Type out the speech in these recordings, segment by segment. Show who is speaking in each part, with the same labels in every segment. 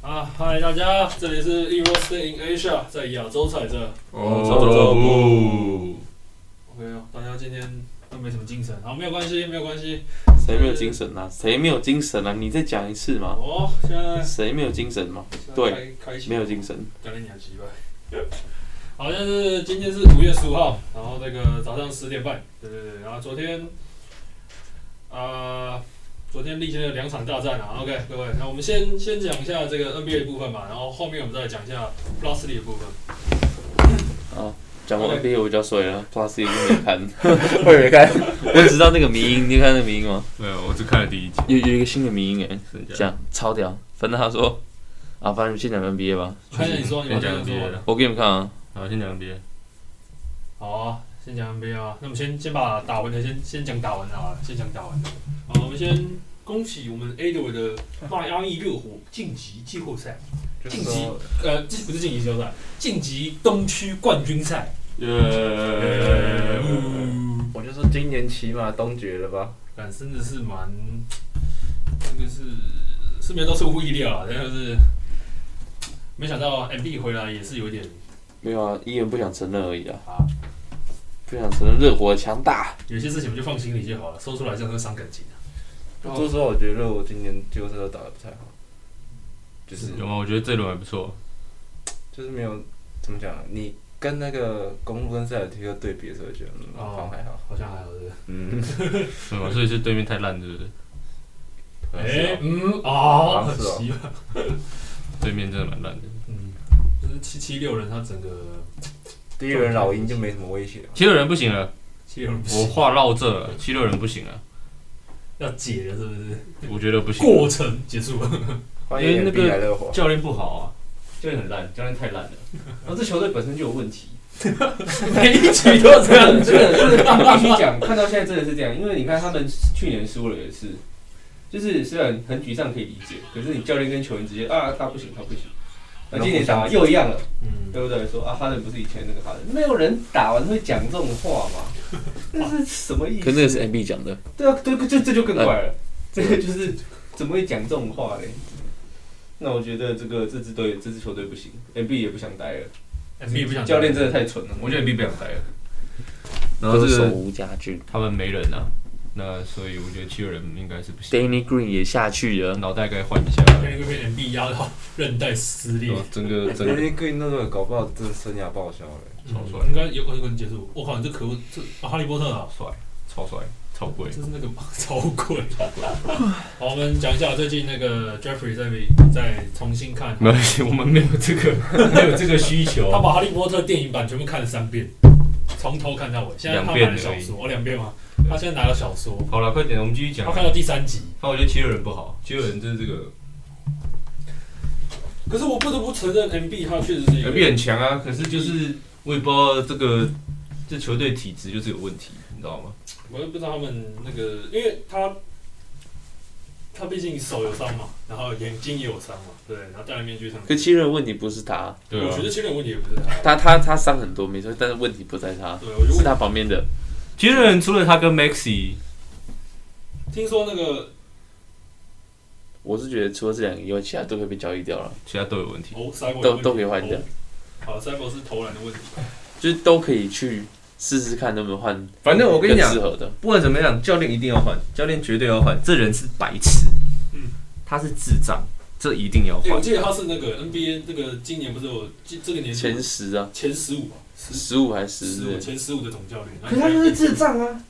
Speaker 1: 啊，嗨大家，这里是 Euro Stay in Asia，在亚洲踩着。
Speaker 2: 哦
Speaker 3: 欧洲部，
Speaker 1: OK，大家今天都没什么精神，好，没有关系，没有关系。
Speaker 4: 谁没有精神啊？谁没有精神啊？你再讲一次嘛？
Speaker 1: 哦，现在
Speaker 4: 谁没有精神嘛？对，
Speaker 1: 开开启
Speaker 4: 没有精神。
Speaker 1: 干你娘鸡巴！ 好像是今天是五月十五号，然后这个早上十点半，对对对，然后昨天，啊、昨天历经了两场大战啊，OK，各位，那我们先先讲一下这个 NBA 的部分嘛，然后后面我们再讲一下 Plus 里的部分。
Speaker 4: 讲完
Speaker 1: OK
Speaker 4: NBA 我就要睡了，Plus 也没看， 我也没看， 我只知道那个迷音，你有看那个迷音吗？
Speaker 3: 没有，我只看了第一集。
Speaker 4: 有有一个新的迷音哎、
Speaker 3: 是
Speaker 4: 这样超屌。反正他说啊，反正先讲 NBA 吧，
Speaker 1: 看一下你说你
Speaker 3: 先
Speaker 1: 们
Speaker 3: 讲
Speaker 1: 讲什
Speaker 3: NBA
Speaker 1: 么？
Speaker 3: 了，
Speaker 4: 我给你们看啊。
Speaker 3: 好，先讲 NBA。
Speaker 1: 好啊，先讲 NBA 啊，那我们先先把打完的先先讲打完的好了，先讲打完的。好，我们先恭喜我们 A 队的迈阿密热火晋级季后赛。晋级，呃，这不是晋级季后赛，晋级东区冠军赛。
Speaker 3: 耶！
Speaker 2: 呃嗯我就说今年起码东决了吧，
Speaker 1: 但真的是蛮，这个是是没有到出乎意料啊，但就是没想到 MB 回来也是有点
Speaker 4: 没有啊，伊人不想承认而已啊，
Speaker 1: 啊，
Speaker 4: 不想承认热火的强大。
Speaker 1: 有些事情我们就放心里就好了，说出来这样会伤感情啊。
Speaker 2: 说实话，我觉得我今年季后赛都打得不太好，就是
Speaker 3: 有吗？我觉得这轮还不错。
Speaker 2: 就是没有怎么讲啊，你跟那个公路跟塞尔提克对比的时候，我觉得嗯
Speaker 1: 哦
Speaker 2: 好像还好，
Speaker 1: 好像还好是，
Speaker 2: 嗯，
Speaker 3: 是吗？所以是对面太烂，是不是？
Speaker 2: 好
Speaker 1: 哎、
Speaker 2: 像是哦
Speaker 1: 嗯啊，
Speaker 2: 好像是哦
Speaker 1: 很奇怪
Speaker 3: 对面真的蛮烂的。
Speaker 1: 嗯，就是七七六人他整个
Speaker 2: 第一轮老鹰就没什么威胁了，
Speaker 3: 七六人不行了，
Speaker 1: 七六人不
Speaker 3: 我
Speaker 5: 哦
Speaker 1: 行，
Speaker 3: 话绕这了。七六人不行了，
Speaker 1: 要解了是不是？
Speaker 3: 我觉得不行。
Speaker 1: 过程结束了，
Speaker 2: 欢迎
Speaker 5: 因为那
Speaker 2: NBA
Speaker 5: 个
Speaker 2: 来热火，
Speaker 5: 教练不好啊，教练很烂，教练太烂了。然后这球队本身就有问题，
Speaker 1: 每一局都这样
Speaker 5: 真的真的必须讲，看到现在真的是这样。因为你看他们去年输了也是，就是虽然很沮丧可以理解，可是你教练跟球员直接啊他不行他不行，那今年打完又一样了，
Speaker 1: 嗯，
Speaker 5: 对不对？说啊哈登不是以前那个哈登，没有人打完会讲这种话嘛？那是什么意思？
Speaker 4: 可那个是 MB 讲的，
Speaker 5: 对啊，对，这这就更怪了，这个就是怎么会讲这种话嘞？那我觉得这个这支队这支球队不行，M B 也不想待了。
Speaker 1: 你哎也不想
Speaker 5: 教练真的太蠢了，我
Speaker 3: 我
Speaker 5: 觉
Speaker 3: 觉得
Speaker 5: 得
Speaker 3: B 不想待了。然后
Speaker 4: 歌
Speaker 3: 这
Speaker 4: 手
Speaker 3: 个
Speaker 4: 吴家俊
Speaker 3: 他们没人啊，那所以我觉得七六人应该是不行，
Speaker 4: ，Danny Green 也下去了，
Speaker 3: 脑袋该换一下。
Speaker 1: 那个被 MB 压到韧带撕裂，
Speaker 5: 哦
Speaker 3: 整个整
Speaker 2: 人
Speaker 3: 个
Speaker 2: 家故意那个搞不好真的生涯报销了，
Speaker 3: 超帅
Speaker 1: 嗯应该有有可能结束。我靠，你这可恶，这、啊、哈利波特啊，
Speaker 3: 帅，超帅，超贵
Speaker 1: 这。是那个超贵。 好，我们讲一下最近那个 Jeffrey 在在重新看，
Speaker 3: 没关系，我们没有这个 没有这个需求
Speaker 1: 他。把哈利波特电影版全部看了三遍，从头看到尾。现在他
Speaker 3: 两
Speaker 1: 买
Speaker 3: 遍
Speaker 1: 了小说，哦，两遍吗？他现在拿了小说，
Speaker 3: 好了，快点，我们继续讲
Speaker 1: 他。看到第三集。
Speaker 3: 那我觉得七六人不好，七六人就是这个
Speaker 1: 可是我不得不承认，MB 他确实是一
Speaker 3: NBA 很强啊，可是就是我也不知道这个这球队体质就是有问题，你知道吗？
Speaker 1: 我也不知道他们那个，因为他他毕竟手有伤嘛，然后眼睛也有伤嘛，对，然后戴了面具上。
Speaker 4: 可七六人问题不是他，
Speaker 3: 对
Speaker 1: 我
Speaker 3: 啊
Speaker 1: 觉，得其实问题也不是他，
Speaker 4: 他他他伤很多没错，但是问题不在他，
Speaker 1: 对我就是问，
Speaker 4: 他旁边的。
Speaker 3: 七六人除了他跟 Maxi，
Speaker 1: 听说那个
Speaker 4: 我是觉得除了这两个以外，其他都可以被交易掉了，
Speaker 3: 其他都有问题。
Speaker 1: 哦，塞博
Speaker 4: 都都可以换掉，
Speaker 1: 哦好，塞博是投篮的问题，
Speaker 4: 就是都可以去试试看能不能换
Speaker 3: 反正我跟你
Speaker 4: 更
Speaker 3: 讲
Speaker 4: 适，合的。
Speaker 3: 不管怎么样，教练一定要换，教练绝对要换。这人是白痴，
Speaker 1: 嗯
Speaker 3: 他是智障，这一定要
Speaker 1: 哎，我
Speaker 3: 换。
Speaker 1: 记得他是那个 NBA 这个今年不是有这这个年度
Speaker 4: 前十啊，
Speaker 1: 前十五吧，十
Speaker 4: 十五还是
Speaker 1: 十
Speaker 4: 十
Speaker 1: 五？前十五的总教练，
Speaker 5: 可是他就是智障啊，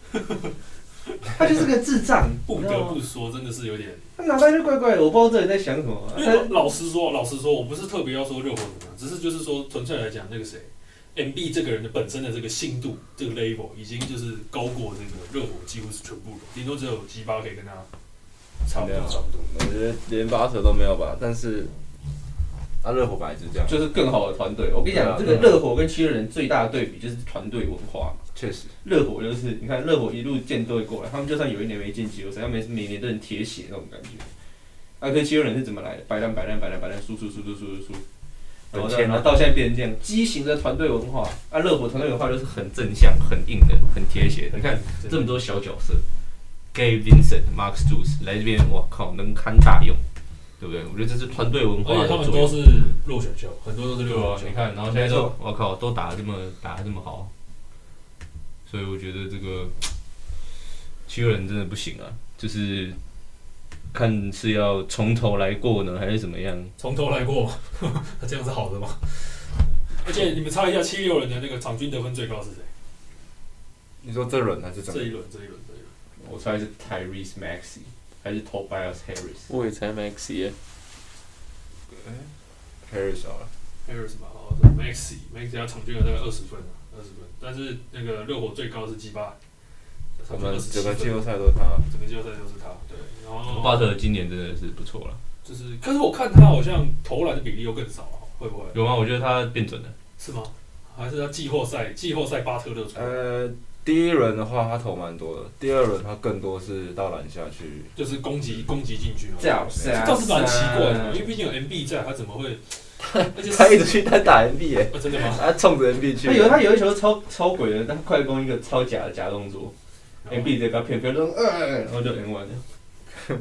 Speaker 5: 他就是个智障，
Speaker 1: 不
Speaker 5: 你知
Speaker 1: 得
Speaker 5: 道吗
Speaker 1: 不说真的是有点，
Speaker 5: 他脑袋就怪怪的，我不知道这人在想什么啊、
Speaker 1: 因为老实说，老实说，我不是特别要说热火怎么样，只是就是说纯粹来讲，那个谁，MB 这个人的本身的这个信度，这个 level 已经就是高过这个热火几乎是全部人，顶多只有吉巴可以跟他差不多
Speaker 2: 对啊
Speaker 1: 差不多。
Speaker 2: 我觉得连巴特都没有吧，但是啊，热火本来就是这样，啊
Speaker 3: 就是更好的团队。我跟你讲，这个热火跟七六人最大的对比就是团队文化。
Speaker 2: 确实，
Speaker 3: 热火就是，你看热火一路建队过来，他们就算有一年没进季后赛，他们也是每年都很铁血那种感觉。那跟七六人是怎么来的？摆烂摆烂摆烂摆烂，输输输输输输输，然后到
Speaker 2: 很欠啊
Speaker 3: 然后到现在变成这样，畸形的团队文化。啊，热火团队文化就是很正向、很硬的、很铁血的。你看这么多小角色，Gay Vincent、Mark s t u s 来这边，我靠，能堪大用，对不对？我觉得这是团队文化
Speaker 1: 而且
Speaker 3: 的
Speaker 1: 他们
Speaker 3: 作
Speaker 1: 都
Speaker 3: 用
Speaker 1: 是落选秀，很多都是
Speaker 3: 对
Speaker 1: 落
Speaker 3: 啊，
Speaker 1: 选
Speaker 3: 你
Speaker 1: 秀。
Speaker 3: 看，然后现在
Speaker 2: 没
Speaker 3: 都
Speaker 2: 错
Speaker 3: 我靠，都打得这么打得这么好，所以我觉得这个七六人真的不行啊，就是看是要从头来过呢，还是怎么样？
Speaker 1: 从头来过， 这样是好的 吗？而且你们猜一下，七六人的那个场均得分最高是谁？
Speaker 2: 你说这轮还是怎么
Speaker 1: 这？一轮，这一轮，这一轮。
Speaker 3: 我猜是 Tyrese Maxey 还是 Tobias Harris？
Speaker 4: 我也才 Maxi 耶、
Speaker 2: Harris 啊好了，
Speaker 1: Harris 嘛，哦这，Maxi Maxi 他场均有大概二十分啊，二十分。但是那个热火最高是鸡巴，
Speaker 2: 我
Speaker 1: 场均
Speaker 2: 们
Speaker 1: 二十七
Speaker 2: 整个
Speaker 1: 分，
Speaker 2: 季
Speaker 1: 整
Speaker 2: 后赛都是他，
Speaker 1: 个季后赛就是他。对，然
Speaker 3: 巴
Speaker 1: 后
Speaker 3: 特今年真的是不错了，
Speaker 1: 就是，可是我看他好像投篮的比例又更少了，会不会？
Speaker 3: 有吗？我觉得他变准了。
Speaker 1: 是吗？还是他季后赛季后赛巴特勒出来，
Speaker 2: 呃，第一轮的话他投蛮多的，第二轮他更多是到篮下去，
Speaker 1: 就是攻击攻击进去嘛？
Speaker 3: 样啊是
Speaker 1: 这倒是蛮奇怪的，因为毕竟有 MB 在，他怎么 会？而且
Speaker 2: 他一直去单打 NB 耶，
Speaker 1: 啊真的吗？
Speaker 2: 哎他冲着 NB 去
Speaker 3: 他，有他有一球超超鬼的，但他快攻一个超假的假动作，M B 直接给他骗飞，就呃，然后就 N 完了。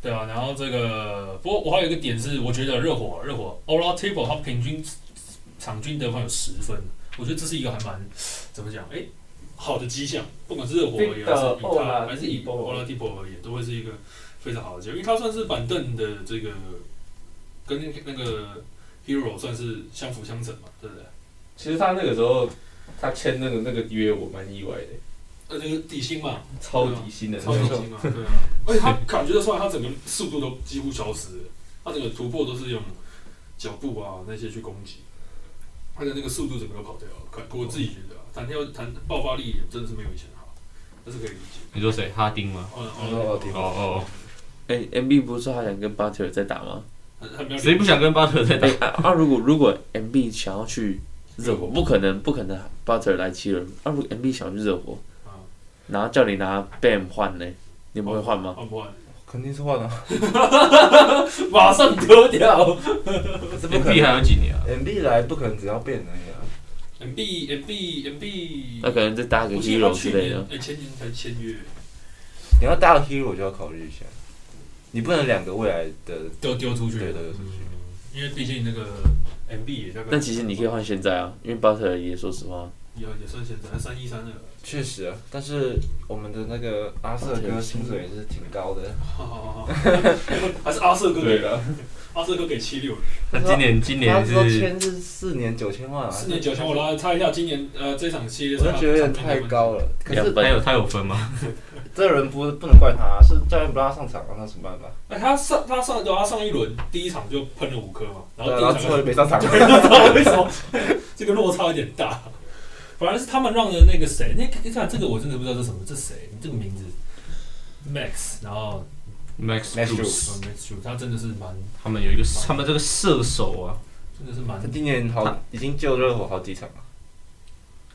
Speaker 1: 对啊，然后这个，不过我还有一个点是，我觉得热火热火 Ola Table 他平均场均得分有十分，我觉得这是一个还蛮怎么讲，哎、好的迹象，不管是热火而言，还是
Speaker 3: Victor
Speaker 1: 以他
Speaker 3: Oladipo
Speaker 1: 还是以 Ola Table 而言，都会是一个非常好的结果，因为他算是板凳的这个跟那个 Hero 算是相辅相成嘛，对不对？
Speaker 3: 其实他那个时候，他签那个那个约，我蛮意外的，
Speaker 1: 那呃就是底薪嘛，
Speaker 3: 超底薪的，
Speaker 1: 超级
Speaker 3: 那种
Speaker 1: 薪嘛，对啊，而且他感觉得出来，他整个速度都几乎消失了，他整个突破都是用脚步啊那些去攻击，他的那个速度整个都跑掉了，可我自己觉得、啊，弹跳弹爆发力也真的是没有以前好，这是可以理解。
Speaker 3: 你说谁？哈丁吗？
Speaker 1: 哦
Speaker 2: 然后
Speaker 1: 哦，
Speaker 2: 奥迪
Speaker 3: 哦哦，
Speaker 4: 哎、m b 不是说他想跟 Butler 在打吗？
Speaker 1: 还还没有
Speaker 3: 谁不想跟巴特在打
Speaker 4: 哎、？啊啊！如果如果 MB 想要去热火，不可能不可能 Butler 来七人。啊，如果 MB 想要去热火，
Speaker 1: 啊
Speaker 4: 然后叫你拿 Bam 换呢，你们会换吗？
Speaker 1: 换不换？
Speaker 2: 肯定是换了
Speaker 1: 马上丢掉。
Speaker 2: 这不
Speaker 3: M
Speaker 2: 可
Speaker 3: B 还
Speaker 2: 能
Speaker 3: 有几年啊？
Speaker 2: ，NB 来不可能只要变而已啊，
Speaker 1: M B M B M B，
Speaker 4: 那可能再搭个
Speaker 1: 我记得
Speaker 4: Hero
Speaker 1: 他去
Speaker 4: 之类
Speaker 1: 年
Speaker 4: 的。
Speaker 1: 哎前年才签约，
Speaker 2: 你要搭了 Hero 就要考虑一下，你不能两个未来的
Speaker 1: 丢丢出去了，
Speaker 2: 对丢出去
Speaker 1: 嗯因为毕竟那个 M B 也大概，
Speaker 4: 但其实你可以换现在啊，因为 Butler 也说实话，
Speaker 1: 也也算现在三一三二。
Speaker 2: 确实啊，但是我们的那个阿瑟哥薪水也是挺高的，
Speaker 1: 好好好， 还是阿瑟哥
Speaker 3: 对
Speaker 1: 给
Speaker 3: 了，
Speaker 1: 阿瑟哥给七六，
Speaker 3: 那今年今
Speaker 2: 他
Speaker 3: 年
Speaker 2: 说
Speaker 3: 是
Speaker 2: 签是四年九千万啊，
Speaker 1: 四年九千，我来猜一下今年呃这场系列
Speaker 2: 我
Speaker 1: 赛，
Speaker 2: 就觉得有点太高
Speaker 1: 了。
Speaker 2: 了。可
Speaker 4: 两
Speaker 2: 是
Speaker 3: 他有
Speaker 4: 分。
Speaker 3: 他有分吗？
Speaker 2: 这人不不能怪他、是教练不让他上场、啊，那什么办法？
Speaker 1: 哎，他上他上对他上一轮第一场就喷了五颗嘛，然后
Speaker 2: 对啊
Speaker 1: 第
Speaker 2: 然
Speaker 1: 一
Speaker 2: 后
Speaker 1: 场
Speaker 2: 之
Speaker 1: 就
Speaker 2: 后就没上场。
Speaker 1: 不知道 为什么这个落差有点大。反而是他们让的那个谁，那个你看这个我真的不知道是什么，这谁？你这个名字，Max，然后
Speaker 3: Max
Speaker 2: Max
Speaker 3: Strus
Speaker 2: Strus
Speaker 1: 呃 Max Drew，他真的是蛮，
Speaker 3: 他们有一个他们这个射手啊，
Speaker 1: 真的是蛮
Speaker 2: 他今年好已经救热火好几场了，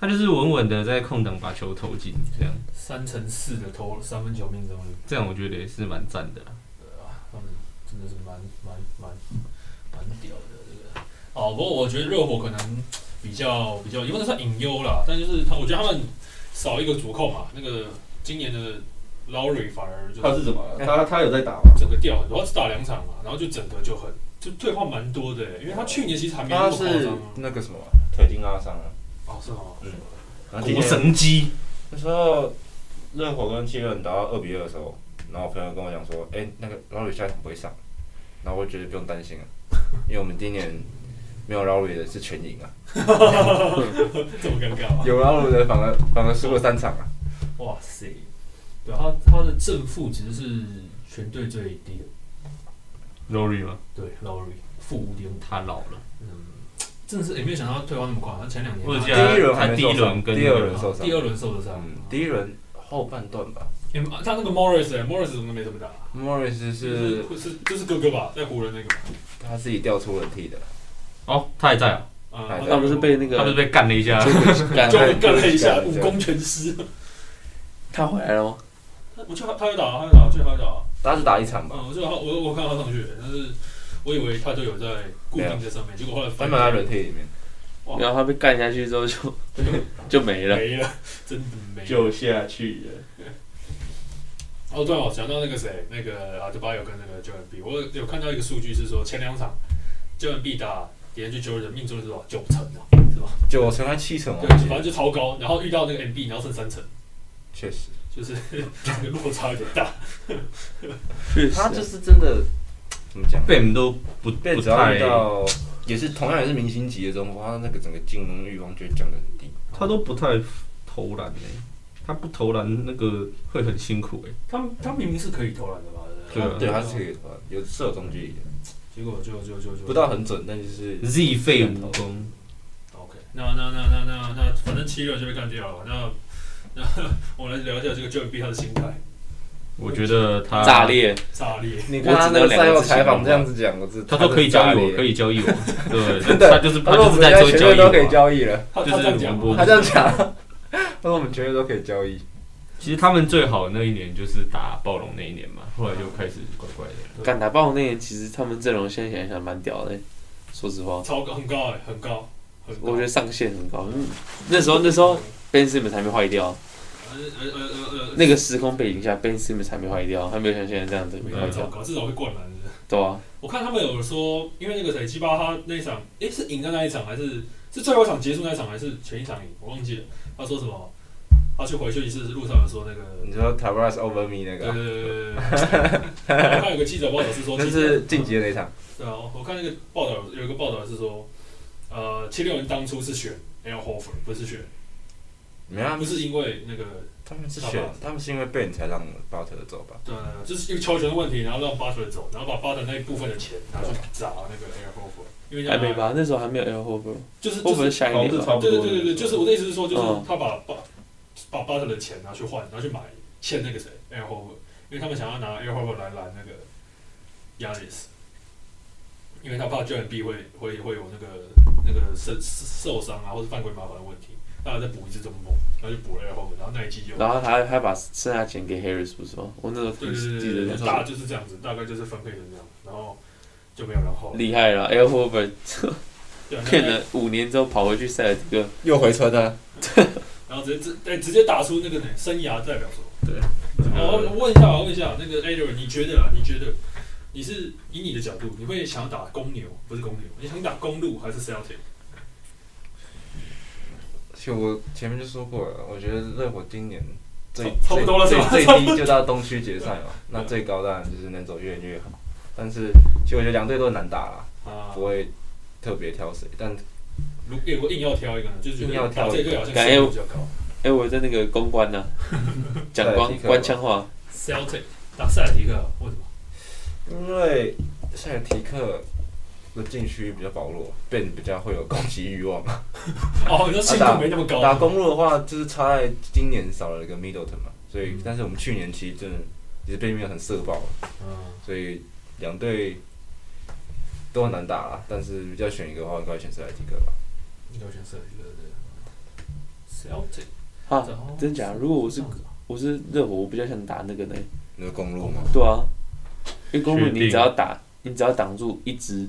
Speaker 3: 他就是稳稳的在空档把球投进，这样
Speaker 1: 三乘四的投三分球命中率。
Speaker 3: 这样我觉得也是蛮赞的啦。
Speaker 1: 他们真的是蛮蛮蛮蛮屌的这个。哦，不过我觉得热火可能比较比较也不能算隐忧啦，但就是他我觉得他们少一个主控嘛，那个今年的 Lowry 反而就
Speaker 3: 他
Speaker 1: 是
Speaker 3: 是怎么了？他他有在打吗？
Speaker 1: 整个掉很多，他只打两场嘛，然后就整个就很就退化蛮多的，因为他去年其实还没那
Speaker 2: 他
Speaker 1: 么夸
Speaker 2: 是
Speaker 1: 张啊。
Speaker 2: 那个什么腿筋拉伤了，
Speaker 1: 哦，是吗？
Speaker 2: 嗯然后今
Speaker 3: 国
Speaker 2: 年
Speaker 3: 神机，
Speaker 2: 那时候热火跟七六人打到二比二的时候，然后我朋友跟我讲说，哎、那个老吕下场不会上，然后我就觉得不用担心啊，因为我们今年没有老吕的是全赢啊，
Speaker 1: 这么尴尬吗？
Speaker 2: 有老吕的反而反而输了三场啊，
Speaker 1: 哇塞！对，啊他他的正负其实是全队最低的，
Speaker 3: Rory 吗？
Speaker 1: 对 Lowry 负五点五。
Speaker 3: 他老了，
Speaker 1: 嗯，真的是也没有想到退化那么快。他前两年
Speaker 3: 我有
Speaker 1: 他
Speaker 3: 记
Speaker 2: 第
Speaker 3: 得
Speaker 2: 一轮还
Speaker 3: 他
Speaker 2: 没
Speaker 3: 第一
Speaker 2: 受伤
Speaker 3: 轮跟
Speaker 2: 第二轮受伤，
Speaker 1: 第二轮受的伤
Speaker 2: 嗯，，第一轮后半段吧，
Speaker 1: 欸他那个 Morris 哎、Morris 怎么没怎么打、
Speaker 2: 嗯 Morris 是
Speaker 1: 是是就是哥哥吧，在湖人那个嘛
Speaker 2: 嗯他自己调出人替的，
Speaker 3: 哦，他还在啊，
Speaker 1: 啊，
Speaker 4: 他不是被那
Speaker 3: 他不是
Speaker 4: 个
Speaker 3: 被干了一下，
Speaker 4: 干
Speaker 1: 就
Speaker 4: 了，
Speaker 1: 被干了一下，
Speaker 2: 干了一
Speaker 1: 武
Speaker 2: 下
Speaker 1: 功全失。
Speaker 4: 他回来了吗？
Speaker 1: 他我记得他他会打，啊他会打，我记得他会打。
Speaker 2: 他只打一场吧，
Speaker 1: 嗯，我记得他我我看到他上去，但是我以为他就有在固定在上面，结果后来
Speaker 2: 他
Speaker 1: 翻
Speaker 2: 没有在人替里面，
Speaker 4: 然后他被干下去之后就就没了。
Speaker 1: 没了，真的没了。
Speaker 2: 就下去了。
Speaker 1: 哦，对哦，讲到那个谁，那个阿德巴有跟那个 j o r b 我有看到一个数据是说前两场 j o r b 打 d a n g e Jordan 命中率是多少？九成啊，是吧？
Speaker 2: 九成还七成
Speaker 1: 对，反
Speaker 2: 哦，
Speaker 1: 正就超高。然后遇到那个 MB，然后剩三成，
Speaker 2: 确实，
Speaker 1: 就是 这个落差有点大。
Speaker 4: 确实
Speaker 2: 他，就是真的怎么讲？
Speaker 3: 被我们都不
Speaker 2: 被
Speaker 3: 不
Speaker 2: 只要
Speaker 3: 太，
Speaker 2: 遇到也是同样也是明星级的中锋，他那个整个进攻欲望就会降得很低。
Speaker 3: 他都不太投篮呢、他不投篮那个会很辛苦哎、
Speaker 1: 他们他明明是可以投篮的吧？
Speaker 3: 对啊
Speaker 2: 对，他是可以投篮有射中距离的，
Speaker 1: 结果就就就就
Speaker 2: 不到很准，但就是
Speaker 3: 欸、，Z 废武功，
Speaker 1: OK，那那那那那那，反正七六就被干掉了。那那 我们来聊一下这个 j o b 他的心态，
Speaker 3: 我觉得他
Speaker 4: 炸，裂，
Speaker 1: 炸裂。
Speaker 2: 你
Speaker 4: 看他那个赛后采访这样
Speaker 2: 子讲，我知
Speaker 3: 他说可以交易我，可
Speaker 2: 以，
Speaker 3: 以交易我，对，
Speaker 2: 真的
Speaker 3: 他就是他就是在做交易我啊。
Speaker 2: 交易了。
Speaker 1: 他
Speaker 3: 就
Speaker 1: 他
Speaker 3: 是
Speaker 1: 这样讲
Speaker 3: 我
Speaker 1: 吗
Speaker 3: 们？
Speaker 2: 这样讲，他说我们球队都可以交易。
Speaker 3: 其实他们最好的那一年就是打暴龙那一年嘛，后来就开始怪怪的。
Speaker 4: 敢打爆那年，其实他们阵容现在想一想蛮屌的、说实话，
Speaker 1: 超高，很高哎、很高，很高。
Speaker 4: 我觉得上限很高。嗯，那时候那时候 Ben Simmons 还没坏掉，
Speaker 1: 呃呃呃呃呃，
Speaker 4: 那个时空背景下 Ben Simmons 还没坏掉，还没有像现在这样子没坏
Speaker 1: 没糟
Speaker 4: 掉，
Speaker 1: 糕，至少会灌篮的。
Speaker 4: 对啊，
Speaker 1: 我看他们有说，因为那个谁，基巴他那一场，诶、是赢的那一场，还是是最后一场结束那一场，还是前一场赢？我忘记了。他说什么？他去回去一次路上有说那个，
Speaker 4: 嗯
Speaker 2: 你知道 t a b r a s over me 那
Speaker 1: 对
Speaker 2: 个，啊
Speaker 1: 对对对对对。我看有个记者报道是说，
Speaker 2: 那
Speaker 1: 其
Speaker 2: 是
Speaker 1: 实
Speaker 2: 晋级的那一场，
Speaker 1: 对啊，我看那个报道有一个报道是说，呃，七六人当初是选 Al h o f e r 不是选，
Speaker 2: 没有啊，
Speaker 1: 不是因为那个
Speaker 2: 他们是选，他们是因为 Ben 才让巴特走吧？
Speaker 1: 呃，就是一个球权问题，然后让巴特走，然后把巴特那一部分的钱拿去砸那个 Al h o f e r 因为
Speaker 4: 还
Speaker 1: 他
Speaker 4: 没吧？那时候还没有 L Hofer，Hofer
Speaker 1: 就是就是
Speaker 4: 下一年吧。
Speaker 1: 对对对对对，就是我的意思是说，就是
Speaker 4: 嗯
Speaker 1: 他把巴把巴特的钱拿去换，拿去买欠那个谁 Al h o f e r 因为他们想要拿 Al h o f e r 来拦那个 Yanis。因为他怕 j o B 会会会有那个那个受受伤啊，或者犯规麻烦的问题，那他再补一支中锋，然后就补了 L 后，然后那一季就
Speaker 4: 然后他还把剩下钱给 Harris 不是吗？我那时候
Speaker 1: 对对
Speaker 4: 记
Speaker 1: 对
Speaker 4: 得
Speaker 1: 对
Speaker 4: 那
Speaker 1: 对，
Speaker 4: 时
Speaker 1: 大
Speaker 4: 候
Speaker 1: 就是这样子，大概就是分配成这样，然后就没有然后了。
Speaker 4: 厉害了，L Hofer
Speaker 1: 对啊
Speaker 4: 骗了五年之后跑回去塞尔迪克，
Speaker 2: 又回车的，
Speaker 1: 然后直接直哎、直接打出那个呢生涯代表作。
Speaker 3: 对
Speaker 1: 哦。我问一下，我问一下那个 a d r 你觉得啊？你觉得你是以你的角度，你会想要打公牛，不是公牛，你想打公路还是 Celtic？
Speaker 2: 其实我前面就说过了，我觉得热火今年最
Speaker 1: 差差不多了是
Speaker 2: 最
Speaker 1: 吧
Speaker 2: 最最低就到东区决赛嘛，那最高当然就是能走越远越好。但是其实我觉得两队都很难打啦，
Speaker 1: 啊，
Speaker 2: 不会特别挑谁，但
Speaker 1: 如如果硬要挑一个呢，就是觉
Speaker 2: 硬要
Speaker 1: 得
Speaker 2: 挑
Speaker 1: 打这个好像
Speaker 4: 感
Speaker 1: 胜率
Speaker 4: 觉
Speaker 1: 比较高。
Speaker 4: 哎，我在那个公 关呢，讲
Speaker 2: 塞尔
Speaker 4: 官
Speaker 2: 提克吧
Speaker 4: 官腔话，
Speaker 1: Celtic 打塞尔提克，为什么？
Speaker 2: 因为塞尔提克的禁区比较薄弱，Ben 比较会有攻击欲望。
Speaker 1: 哦，你说信度没那么高，
Speaker 2: 打公路的话，就是差在今年少了一个 Middleton 嘛，所以、但是我们去年其实真的也是被 Middleton 射爆了，
Speaker 1: 嗯，
Speaker 2: 所以两队都很难打啦。但是要选一个的话，应该选塞尔提克吧。
Speaker 1: 应该选塞尔提克对。Celtic
Speaker 4: 啊
Speaker 1: 然后
Speaker 4: 真假？如果我
Speaker 1: 这
Speaker 4: 是
Speaker 1: 样子啊
Speaker 4: 我是热火，我比较想打那个呢。
Speaker 2: 你说公路吗？
Speaker 4: 对啊，因为公路
Speaker 3: 确定
Speaker 4: 你只要打，你只要挡住一只，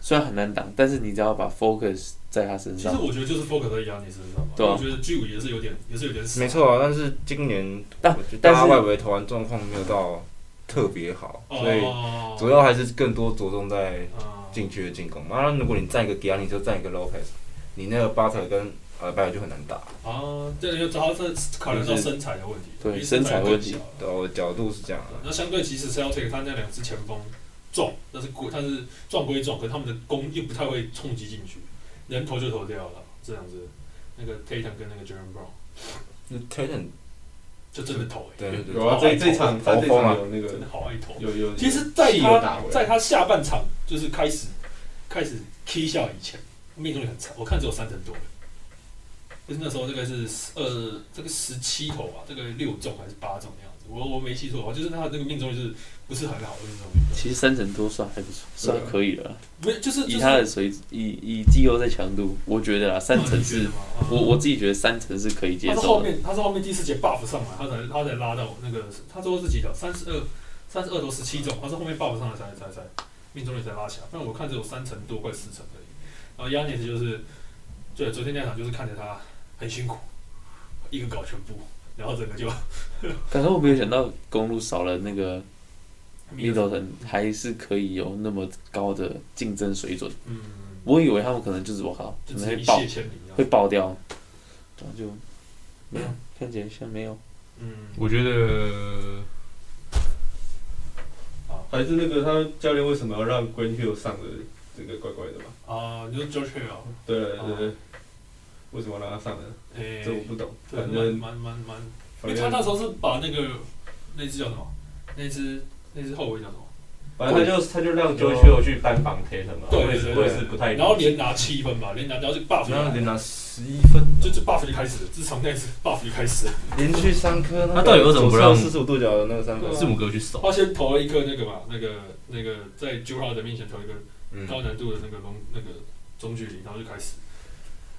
Speaker 4: 虽然很难挡，但是你只要把 focus 在他身
Speaker 1: 其实
Speaker 4: 上。
Speaker 1: 我觉得就是 focus 在亚尼身上嘛，
Speaker 4: 对啊
Speaker 1: 我觉得巨五也是有点，也是有点死。
Speaker 2: 没错啊，但是今年
Speaker 4: 但
Speaker 2: 我觉得
Speaker 4: 但
Speaker 2: 大
Speaker 4: 是
Speaker 2: 家外围投篮状况没有到特别好，
Speaker 1: 哦，
Speaker 2: 所以主要还是更多着重在
Speaker 1: 啊
Speaker 2: 禁区的进攻。当然，如果你站一个 g i a n 就站一个 Lopez，你那个 Butter 跟呃 b 尔就很难打。
Speaker 1: 啊，对，要主要是考量到身材的问题，
Speaker 4: 对
Speaker 1: 因为
Speaker 4: 身材
Speaker 1: 更
Speaker 4: 问题
Speaker 1: 小了
Speaker 2: 对，我的角度是这样啊。
Speaker 1: 那相对其实 Celtic 他那两支前锋撞，但是过但是撞归撞，可他们的攻又不太会冲击进去，人头就投掉了，这样子。那个 Tatum 跟那个 j e r e m Brown
Speaker 2: 那 t a t u m
Speaker 1: 就真的投哎、
Speaker 2: 对对对，
Speaker 3: 有啊，这这场他这
Speaker 2: 好疯啊
Speaker 3: 场有那
Speaker 1: 真
Speaker 3: 个
Speaker 1: 的好爱投。
Speaker 3: 有有，
Speaker 1: 其实，在
Speaker 3: 气有
Speaker 1: 他
Speaker 3: 打
Speaker 4: 啊
Speaker 3: 回来
Speaker 1: 在他下半场就是开始开始 K 笑以前，命中率很差，我看只有三成多。就是那时候这个是呃这个十七投吧，这个六中还是八中的样子，我我没记错的话，就是他的那个命中率就是不是很好的命中率，
Speaker 4: 其实三成多算还不错，算可以了啦。
Speaker 1: 没有啊就是就
Speaker 4: 以
Speaker 1: 是
Speaker 4: 他的水以以季后赛强度，我觉得啦，三成是，
Speaker 1: 啊
Speaker 4: 我我自己觉得三成是可以
Speaker 1: 他
Speaker 4: 接
Speaker 1: 是后
Speaker 4: 受的。
Speaker 1: 面他是后面第四节 buff 上来，他才他才拉到那个他最后是几条三十二三十二投十七中，他是后面 buff 上来才才才命中率才拉起来，不然我看只有三成多快四啊成而已。然后亚尼斯就是对昨天那场就是看着他很辛苦，一个搞全部，然后整个就
Speaker 4: 刚刚我没有想到公路少了那个
Speaker 1: 迷了
Speaker 4: Middleton 还是可以有那么高的竞争水准。
Speaker 1: 嗯，
Speaker 4: 我以为他们可能就是我靠，可
Speaker 1: 就
Speaker 4: 能
Speaker 1: 只是
Speaker 4: 会
Speaker 1: 一
Speaker 4: 爆
Speaker 1: 泻千里啊这
Speaker 4: 会
Speaker 1: 样。
Speaker 4: 爆掉，然后就没有，看起来像没有。
Speaker 1: 嗯，
Speaker 6: 我觉得
Speaker 2: 哦还是那个他教练为什么要让 Green Hill 上的这个怪怪的吧？
Speaker 1: 啊，你说 George Hill，
Speaker 2: 对对
Speaker 1: 哦
Speaker 2: 对对，为什么让他上呢？
Speaker 1: 诶、
Speaker 6: 哎
Speaker 2: 这我不懂，
Speaker 1: 对，
Speaker 2: 反
Speaker 1: 蛮
Speaker 2: 正
Speaker 1: 蛮蛮蛮，因
Speaker 2: 反
Speaker 1: 为他那
Speaker 2: 正
Speaker 1: 时候是把那个那只叫什么，那只那只后卫叫什么？
Speaker 2: 反正他就他就让 j o
Speaker 6: 就
Speaker 2: e
Speaker 6: 需要去单防 Tatum 嘛，
Speaker 1: 对
Speaker 6: 我也是
Speaker 1: 对
Speaker 6: 我也是不太理解，
Speaker 1: 然后连拿七分吧，连拿，然后就 buff，
Speaker 6: 然后
Speaker 1: 就
Speaker 6: 连拿十一分，
Speaker 1: 就 buff 就开始了，自从那次 buff 就开始了。
Speaker 2: 连续三颗那
Speaker 6: 他到底为什么不让
Speaker 2: 四十五度角的那个三分
Speaker 1: 对？啊
Speaker 6: 字母哥去守，
Speaker 1: 他先投了一个那个嘛，那个那个在 Jura 的面前投一个
Speaker 2: 嗯
Speaker 1: 高难度的那个中那个中距离，然后就开始，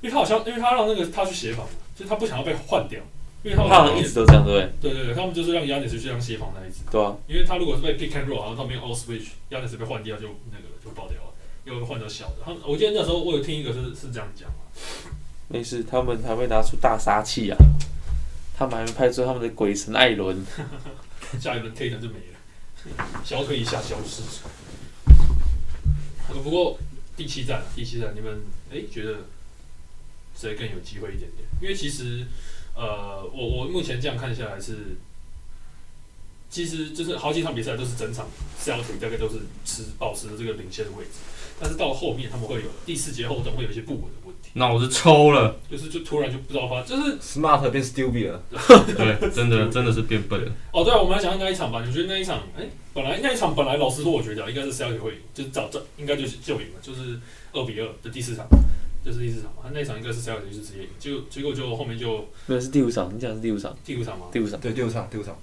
Speaker 1: 因为他好像因为他让那个他去协防，就他不想要被换掉，因为他
Speaker 4: 他好像一直都这样，对不对？
Speaker 1: 对对对，他们就是让 Yanis 去让协防那一只，
Speaker 4: 对啊，
Speaker 1: 因为他如果是被 pick and roll，然后他没有 all switch，Yanis 被换掉就那个就爆掉了，又换到小的。他们我记得那时候我有听一个是是这样讲嘛，
Speaker 4: 没事，他们还会拿出大杀器啊，他们还会派出他们的鬼神艾伦。
Speaker 1: 下一轮 Tatum 就没了，小腿一下消失。呃不过第七站，第七站，你们哎、觉得谁更有机会一点点？因为其实呃，我我目前这样看下来是，其实就是好几场比赛都是整场 Celtic 大概都是持保持着这个领先的位置，但是到后面他们会有第四节后段会有一些不稳的问题，
Speaker 6: 脑子抽了，
Speaker 1: 就是就突然就不知道发，就是
Speaker 2: ，Smart 变 Stupid 了，
Speaker 6: 对，真的真的是变笨了。
Speaker 1: 哦，对啊，我们来讲讲那一场吧。你觉得那一场，哎、本来那一场本来老实说，我觉得啊应该是 Celtic 会赢，就是早早应该就是就赢了，就是二比二的第四场，就是第四场嘛。那一场应该是 Celtic 就是直接赢，就结果就后面就
Speaker 4: 没有是第五场，你讲的是第五场，
Speaker 1: 第五场嘛，
Speaker 4: 第五场，
Speaker 2: 对，第五场，第五场，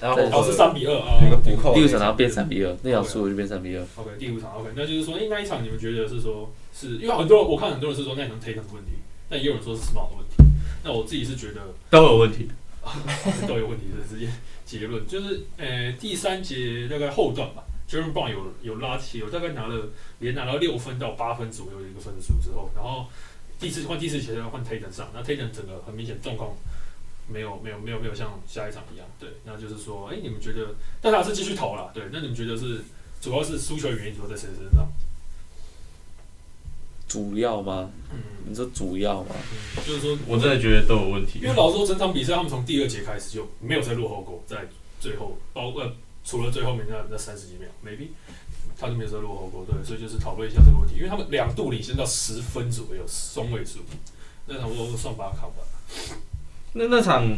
Speaker 2: 然
Speaker 4: 对
Speaker 2: 后
Speaker 1: 哦是三比二啊
Speaker 2: 有一。个补扣，
Speaker 4: 第五场然后变三比二，那场输我就变三比二。
Speaker 1: OK，第五场 OK，那就是说，哎、那一场你们觉得是说是因为很多人我看很多人是说那一场 Tatum 的问题，但也有人说是 Smart 的问题。那我自己是觉得
Speaker 6: 都有问题。
Speaker 1: 都有问题的直接结论，就是呃第三节大概后段吧 j e r e m Brown 有有拉起，有大概拿了连拿到六分到八分左右的一个分数之后，然后第四换第四节要换 Tatum 上，那 Tatum 整个很明显状况没有没有没有没有像下一场一样，对，那就是说，哎、你们觉得，但他还是继续投啦，对，那你们觉得是主要是输球的原因主要在谁身上？
Speaker 4: 主要吗？
Speaker 1: 嗯，
Speaker 4: 你说主要吗？
Speaker 1: 嗯就是说
Speaker 6: 我真的觉得都有问题
Speaker 1: 因。为老实说，整场比赛他们从第二节开始就没有再落后过，在最后包括、呃、除了最后面那那三十几秒，maybe 他就没有再落后过，对，所以就是讨论一下这个问题，因为他们两度领先到十分左右，双位数，那场我我算把它扛吧，
Speaker 6: 那那场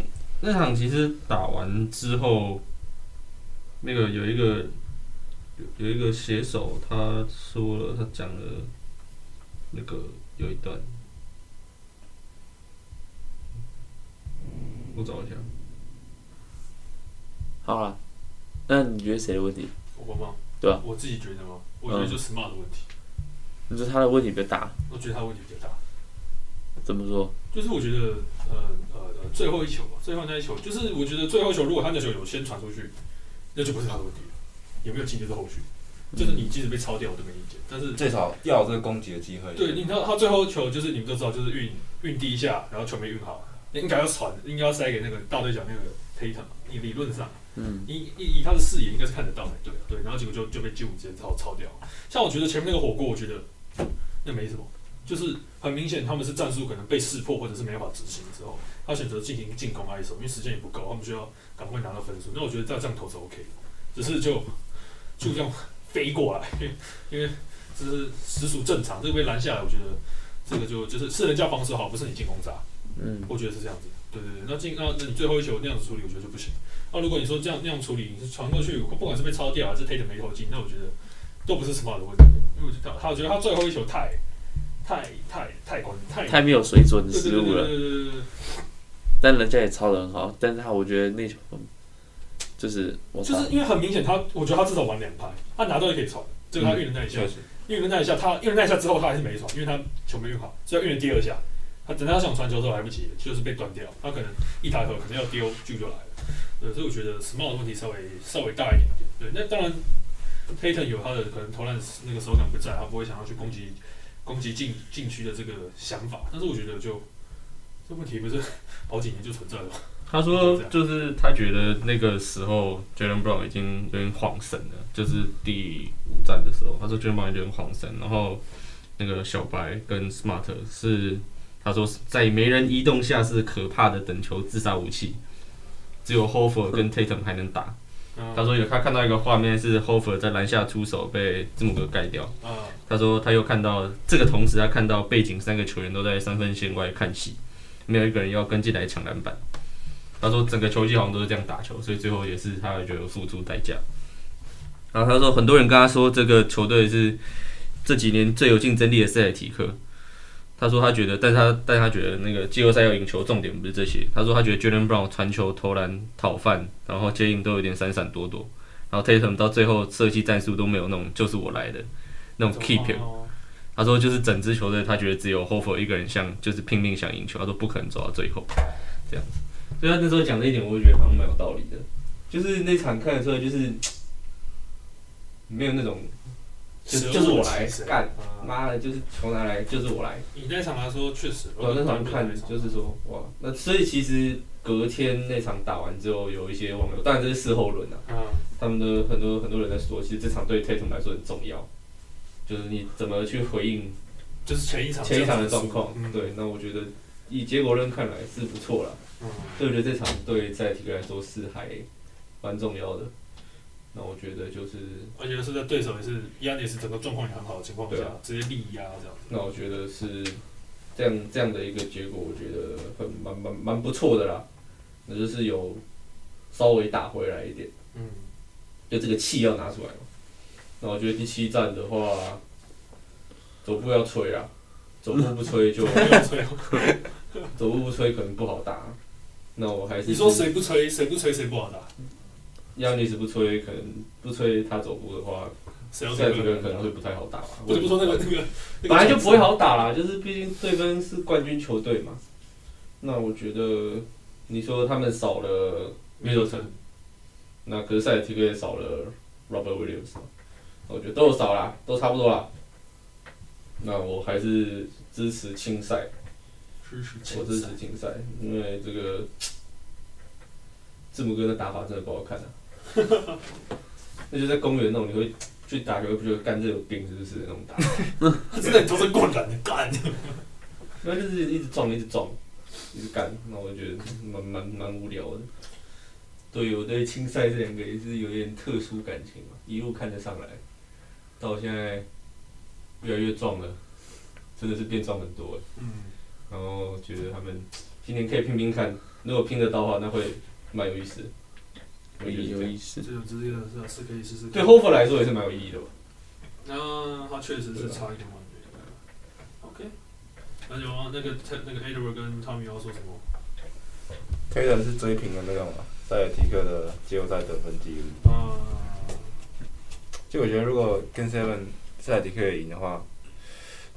Speaker 6: 那场其实打完之后，那个有一个有有一个写手，他说了，他讲了那个有一段，我找一下。
Speaker 4: 好啦，那你觉得谁的问题？
Speaker 1: 我吗？
Speaker 4: 对啊嗯
Speaker 1: 我自己觉得吗？我觉得就 smart 的问题，
Speaker 4: 你说他的问题比较大，
Speaker 1: 我觉得他问题比较大。
Speaker 4: 怎么说？
Speaker 1: 就是我觉得，呃呃呃，最后一球，最后那一球，就是我觉得最后一球，如果他那球有先传出去，那就不是他的问题了，有没有进就是后续，就是你即使被抄掉，我都没意见。但是
Speaker 2: 最少要有这个攻击的机会。
Speaker 1: 对，你知道他最后球就是你们都知道，就是运运第一下，然后球没运好，应该要传，应该要塞给那个大队长那个 Tatum 嘛。你理论上，
Speaker 4: 嗯，
Speaker 1: 以以以他的视野应该是看得到才对啊，对。然后结果就就被劲舞直接抄抄掉。像我觉得前面那个火锅，我觉得那没什么，就是很明显他们是战术可能被识破或者是没办法执行之后，他选择进行进攻 ISO，因为时间也不够，他们需要赶快拿到分数。那我觉得再这样投是 OK 的，只是就就这样飞过来，因为因为这是实属正常。这个被拦下来，我觉得这个就就是是人家防守好，不是你进攻差，
Speaker 4: 嗯，
Speaker 1: 我觉得是这样子。对对对，那进那那你最后一球那样子处理，我觉得就不行。那如果你说这样那样处理，你是传过去，不管是被抄掉还是 Tate 没投进，那我觉得都不是 smart 的问题，因为我觉得他他我觉得他最后一球太太太太管太
Speaker 4: 太没有水准的
Speaker 1: 对对
Speaker 4: 失
Speaker 1: 对
Speaker 4: 误
Speaker 1: 对
Speaker 4: 了。
Speaker 1: 对对对对，
Speaker 4: 但人家也抄的很好，但是他我觉得那球就是我操，
Speaker 1: 就是因为很明显他，我觉得他至少玩两拍，他拿到就可以传，这个他运了那一下，
Speaker 2: 确实，
Speaker 1: 运了那一下，他运了那一下之后他还是没传，因为他球没运好，所以他运了第二下，他等到他想传球的时候来不及了，就是被断掉，他可能一抬头可能要丢就就来了，对，所以我觉得 small 的问题稍微稍微大一点点，对，那当然 Payton 有他的可能投篮那个手感不在，他不会想要去攻击攻击禁禁区的这个想法，但是我觉得就这问题不是好几年就存在了吗，
Speaker 6: 他说，就是他觉得那个时候 Jalen Brown 已经有点晃神了，就是第五站的时候，他说 Jalen Brown 有点晃神，然后那个小白跟 Smart 是他说在没人移动下是可怕的等球自杀武器，只有 h o f e r 跟 Tatum 还能打。
Speaker 1: 嗯
Speaker 6: 他说有他看到一个画面是 h o f e r 在篮下出手被字母哥盖掉，
Speaker 1: 啊，
Speaker 6: 他说他又看到这个同时，他看到背景三个球员都在三分线外看戏，没有一个人要跟进来抢篮板。他说整个球季好像都是这样打球，所以最后也是他觉得有付出代价。然后他说很多人跟他说这个球队是这几年最有竞争力的塞尔提克。他说他觉得，但是他但他觉得那个季后赛要赢球，重点不是这些。他说他觉得 Jalen Brown 传球、投篮、讨饭，然后接应都有点闪闪躲躲，然后 Tatum 到最后设计战术都没有那种就是我来的那种 keep
Speaker 3: 啊
Speaker 1: 哦
Speaker 6: 他说就是整支球队，他觉得只有 h o f e r 一个人像就是拼命想赢球，他说不可能走到最后这样子。所以他那时候讲的一点，我就觉得好像蛮有道理的，
Speaker 3: 就是那场看的时候，就是没有那种就
Speaker 1: 蛇
Speaker 3: 就是我
Speaker 1: 尾
Speaker 3: 来
Speaker 1: 其实
Speaker 3: 干，
Speaker 1: 啊
Speaker 3: 妈的，就是球拿来就是我来。
Speaker 1: 以那场来说，确实，
Speaker 3: 我那场看
Speaker 1: 那场
Speaker 3: 就是说，哇，那所以其实隔天那场打完之后，有一些网友，当然这是事后论啊，
Speaker 1: 啊，
Speaker 3: 他们的很多很多人在说，其实这场对 Tatum 来说很重要，就是你怎么去回应
Speaker 1: 就是前一场
Speaker 3: 前一场的
Speaker 1: 这样
Speaker 3: 状
Speaker 1: 子输
Speaker 3: 况。
Speaker 1: 嗯
Speaker 3: 对，那我觉得以结果论看来是不错了，
Speaker 1: 嗯
Speaker 3: 所以我觉得这场对赛体来说是还蛮重要的。那我觉得就是，
Speaker 1: 而且是在对手也是亚尼斯整个状况也很好的情况下
Speaker 3: 对啊，
Speaker 1: 直接力压这样子。
Speaker 3: 那我觉得是这样这样的一个结果，我觉得很蛮蛮蛮不错的啦。那就是有稍微打回来一点。
Speaker 1: 嗯，
Speaker 3: 就这个气要拿出来嘛。那我觉得第七站的话，走步要吹啊，走步不 吹就
Speaker 1: 所以
Speaker 3: 走步不吹可能不好打。那我还是
Speaker 1: 你说谁不吹，谁不吹谁不好打，
Speaker 3: 亚尼斯不吹，可能不吹他走步的话，
Speaker 1: 谁要
Speaker 3: 赛
Speaker 1: 吹不
Speaker 3: 这个
Speaker 1: 吹
Speaker 3: 人可能会不太好打吧。
Speaker 1: 我就不说那个那个，那个
Speaker 3: 本来就不会好打啦，就是毕竟对方是冠军球队嘛。那我觉得你说他们少了
Speaker 1: 没有成，
Speaker 3: 那可是赛尔提克也少了 Robert Williams，嘛我觉得都有少啦，都差不多啦。那我还是支持青赛，
Speaker 1: 支持
Speaker 3: 我
Speaker 1: 前
Speaker 3: 支
Speaker 1: 三
Speaker 3: 持。青赛，因为这个字母哥的打法真的不好看啊。 那就在公园那种，你会去打球，不觉得干这有病是不是那种打法？
Speaker 1: 他 真的很头是灌篮的干，
Speaker 3: 那就是一直撞，一直撞，一直干，那我觉得蛮蛮蛮无聊的。对，我对青赛这两个也是有点特殊感情嘛，一路看得上来，到现在越来越壮了，真的是变壮很多了。
Speaker 1: 嗯，
Speaker 3: 然后觉得他们今年可以拼拼看，如果拼得到的话，那会蛮有意思的。我
Speaker 4: 有
Speaker 3: 觉得是这样
Speaker 4: 有意思
Speaker 1: 这。种职业的是是可以试试看。
Speaker 3: 对 h o f e r 来说也是蛮有意义的吧。
Speaker 1: 那他确实
Speaker 3: 啊
Speaker 1: 是差一点感觉。OK，那就啊那个那个 Edward 跟 Tommy 要说什么？
Speaker 2: 推的是追平的那种嘛，塞尔提克的季后赛得分记录。
Speaker 1: 啊，
Speaker 2: 就我觉得如果跟 Seven 塞尔提克赢的话，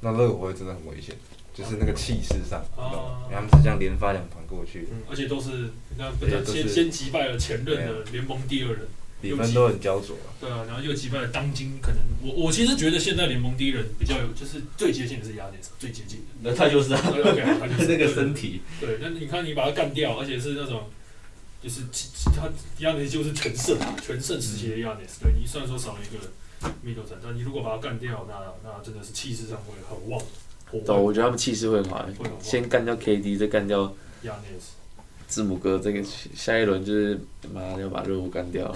Speaker 2: 那热火会真的很危险，就是那个气势上，你懂吗
Speaker 1: 哦
Speaker 2: 因为他们是这样连发两盘过去，
Speaker 1: 嗯，而且都是那
Speaker 3: 哎
Speaker 2: 而且都
Speaker 1: 先
Speaker 2: 是
Speaker 1: 先击败了前任的
Speaker 3: 啊
Speaker 1: 联盟第二人。
Speaker 2: 比分都很焦灼啊。
Speaker 1: 对啊，然后又击败了当今可能我我其实觉得现在联盟第一人比较有，就是最接近的是雅典娜，最接近的。
Speaker 3: 那他就是 啊，
Speaker 1: 对 OK，他就是
Speaker 3: 那个身体，
Speaker 1: 对，那你看你把他干掉，而且是那种就是他亚典就是全胜啊，全胜时期的亚典，对你虽然说少了一个米德城，但你如果把他干掉，那那真的是气势上会很旺，火
Speaker 4: 对，啊
Speaker 1: 旺
Speaker 4: 我觉得他们气势会很好，
Speaker 1: 会很旺。
Speaker 4: 先干掉 KD，再干掉
Speaker 1: 亚典
Speaker 4: 字母哥，这个下一轮就是妈的要把热火干掉。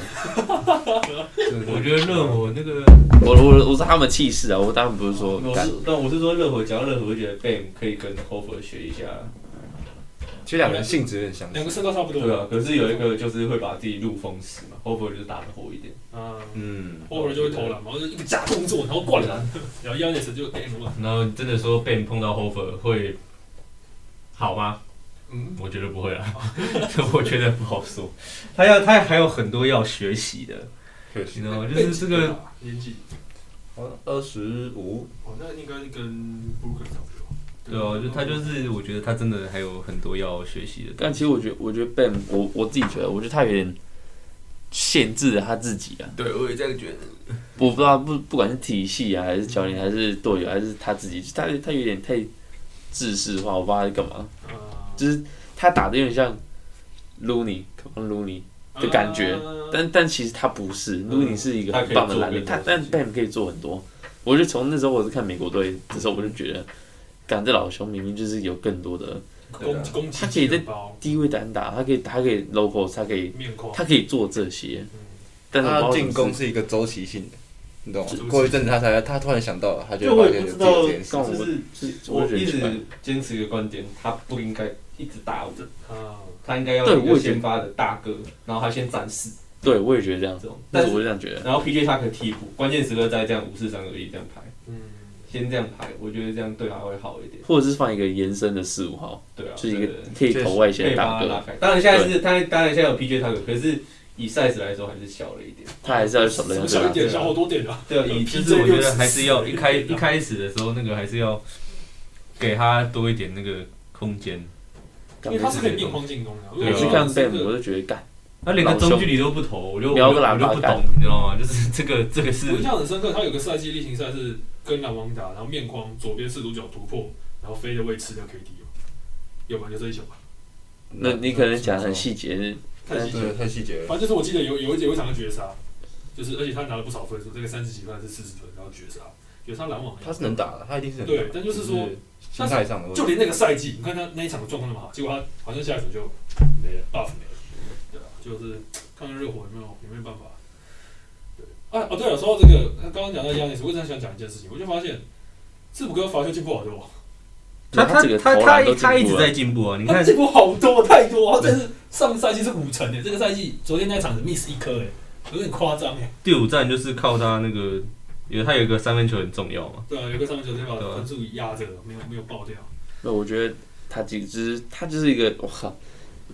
Speaker 3: 我觉得热火那个
Speaker 4: 我我我是他们气势啊，我当然不是说
Speaker 3: 哦我
Speaker 4: 干
Speaker 3: 是，但我是说热火，讲到热火，我觉得 Bam 可以跟 Hofer 学一下。
Speaker 2: 其实两个人性质有点相
Speaker 1: 两
Speaker 2: 似
Speaker 1: 个。身高差不多。
Speaker 3: 对啊，可是有一个就是会把自己路封死嘛 o v e r 就是打得火一点。
Speaker 1: 啊，
Speaker 2: 嗯，
Speaker 1: 偶尔就会投篮嘛，然后就一个假动作，然后灌篮，然后 Yanis 就哎 M 了。
Speaker 3: 然后真的说被你碰到 Hofer 会好吗？
Speaker 1: 嗯，
Speaker 3: 我觉得不会啊， 我觉得不好说。他要他还有很多要学习的，
Speaker 2: 确
Speaker 3: 你
Speaker 2: 实
Speaker 3: 知，道吗？就是这个
Speaker 1: 年纪，
Speaker 2: 好像哦二十五，
Speaker 1: 哦，那应该跟 Booker 差不多。
Speaker 3: 对哦，就他就是我觉得他真的还有很多要学习的。
Speaker 4: 但其实我觉得，我觉得 Ben，我我自己觉得，我觉得他有点限制了他自己啊。
Speaker 3: 对，我也这样觉得。
Speaker 4: 我不知道，不不管是体系啊，还是教练，还是队友，还是他自己，他他有点太制式化，我不知道他在干嘛。
Speaker 1: 啊
Speaker 4: 就是他打的有点像 Looney，像 Looney，的感觉
Speaker 1: 呃
Speaker 4: 但但其实他不是，Looney 是一个很棒的篮
Speaker 3: 嗯
Speaker 4: 员，
Speaker 3: 他
Speaker 4: 他
Speaker 3: 可以做更多
Speaker 4: 但 Ben 可以做很多。我就从那时候我是看美国队的时候，我就觉得，干这老兄明明就是有更多的
Speaker 1: 攻攻击
Speaker 4: 啊他可以在
Speaker 1: 面包
Speaker 4: 低位单打，他可以他可以 local，他可以
Speaker 1: 面框，嗯
Speaker 4: 他可以做这些，但是我
Speaker 2: 他
Speaker 4: 不知道
Speaker 2: 进
Speaker 4: 怎么
Speaker 2: 攻是一个周期性的，你懂吗
Speaker 1: 周期？
Speaker 2: 过一阵子他才他突然想到了，他
Speaker 3: 就
Speaker 2: 就
Speaker 3: 我
Speaker 2: 会发
Speaker 3: 也
Speaker 2: 现
Speaker 3: 不
Speaker 2: 有
Speaker 3: 知
Speaker 2: 自己有
Speaker 3: 道，
Speaker 2: 这件事。
Speaker 3: 就是
Speaker 4: 是
Speaker 3: 我
Speaker 4: 我觉得
Speaker 3: 一
Speaker 4: 奇怪
Speaker 3: 直坚持一个观点，他不应该一直打我，
Speaker 1: 啊，
Speaker 3: 他应该要
Speaker 4: 对
Speaker 3: 有一
Speaker 4: 我
Speaker 3: 个
Speaker 4: 也觉得
Speaker 3: 先发的大哥，然后他先展示
Speaker 4: 对我也觉得这样，
Speaker 3: 这种。但
Speaker 4: 但是
Speaker 3: 是
Speaker 4: 我就这样觉得。
Speaker 3: 然后 PJ 他可以替补，关键时刻再这样五四三二一这样排，
Speaker 1: 嗯。
Speaker 3: 先这样排，我觉得这样对他会好一点。
Speaker 4: 或者是放一个延伸的四五号，
Speaker 3: 对啊，
Speaker 4: 就是一个
Speaker 3: 对对对
Speaker 4: 可以投外线
Speaker 3: 可以
Speaker 4: 的
Speaker 3: 把
Speaker 4: 大
Speaker 3: 他拉
Speaker 4: 哥，
Speaker 3: 开。当然现在是，当然当然现在有 PJ 他可，可是以 size 来说还是小了一点。
Speaker 4: 他还是要守
Speaker 1: 怎
Speaker 4: 得
Speaker 1: 么
Speaker 4: 很
Speaker 1: 小
Speaker 4: 准
Speaker 1: 一
Speaker 4: 啊。
Speaker 1: 点，小好多点啊！
Speaker 3: 对啊，
Speaker 1: 呃
Speaker 3: 以其
Speaker 1: PJ
Speaker 3: 实我觉得
Speaker 1: 60
Speaker 3: 还是要一开一开始的时候，那个还是要给他多一点那个空间。
Speaker 1: 因为他是可以面框进攻的。
Speaker 3: 对
Speaker 4: 每
Speaker 3: 啊
Speaker 4: 次看 Ben 我就觉得干，
Speaker 3: 他连个中距离都不投，我就我就
Speaker 4: 瞄个
Speaker 3: 我
Speaker 4: 篮
Speaker 3: 就
Speaker 4: 板
Speaker 3: 不懂，你知道吗？就是这个这个是
Speaker 1: 我印象很深刻，他有个赛季例行赛是跟篮网打，然后面框左边四主角突破，然后飞的位吃掉 KD 哦，有吧？就这一球吧，
Speaker 4: 那你可能讲很细节，
Speaker 1: 太细节
Speaker 4: 啊
Speaker 1: 了
Speaker 2: 对，。太细节了。
Speaker 1: 反正就是我记得有有一有一场的绝杀，就是而且他拿了不少分数，这个三十几分还是四十分，然后绝杀，绝杀篮网。
Speaker 2: 他是能打的，他一定是能打的。
Speaker 1: 对但就是说，
Speaker 2: 心态上的问
Speaker 1: 就
Speaker 2: 题。
Speaker 1: 连那个赛季，你看他那一场的状况那么好，结果他好像下一场就没了，buff 没了，对啊，就是看看热火有没有有没有办法。对，啊哦对了，说到这个，他刚刚讲到亚尼斯，我一直很想讲一件事情，我就发现字母哥罚球进步好多，
Speaker 3: 他
Speaker 4: 他
Speaker 3: 他
Speaker 4: 整个
Speaker 3: 他
Speaker 4: 投篮
Speaker 3: 他
Speaker 4: 都
Speaker 3: 他一
Speaker 4: 进
Speaker 3: 直
Speaker 4: 步了
Speaker 3: 在。进步啊！你
Speaker 1: 他
Speaker 3: 看，
Speaker 1: 进步好多太多，这是上赛季是五成诶，欸这个赛季昨天那场是 miss 一颗诶，欸有点夸张欸诶。
Speaker 3: 第五站就是靠他那个，有他有一个三分球很重要嘛。
Speaker 1: 对啊，有个上面球先把
Speaker 3: 对啊
Speaker 1: 分数压着，没有没有爆掉。
Speaker 4: 那我觉得他几只他就是一个我靠，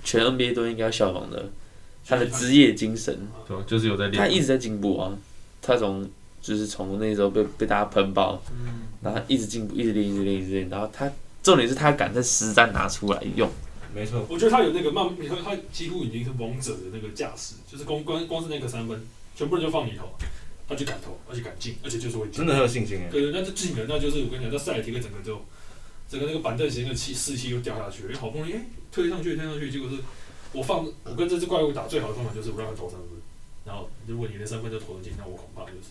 Speaker 4: 全 NBA 都应该要效仿的，他的职业精神，
Speaker 3: 对吧？就是有在
Speaker 4: 他一
Speaker 3: 练，
Speaker 4: 直在进步啊。他从就是从那时候被被大家喷爆，
Speaker 1: 嗯，
Speaker 4: 然后他一直进步，一直练，一直练，一直练，然后他重点是他敢在实战拿出来用。
Speaker 2: 没错，
Speaker 1: 我觉得他有那个慢，你看他几乎已经是王者的那个架势，就是光光光是那个三分，全部人就放里头，他就敢投，而且敢进，而且就是会进
Speaker 2: 真。的很有信心哎。
Speaker 1: 对对，那就进了，那就是我跟你讲，那赛提克整个就整个那个板凳型的气士气又掉下去了，因为好不容易哎推上去推上去，结果是我放我跟这只怪物打最好的方法就是我让他投三分，然后如果你连三分都投得进，那我恐怕就是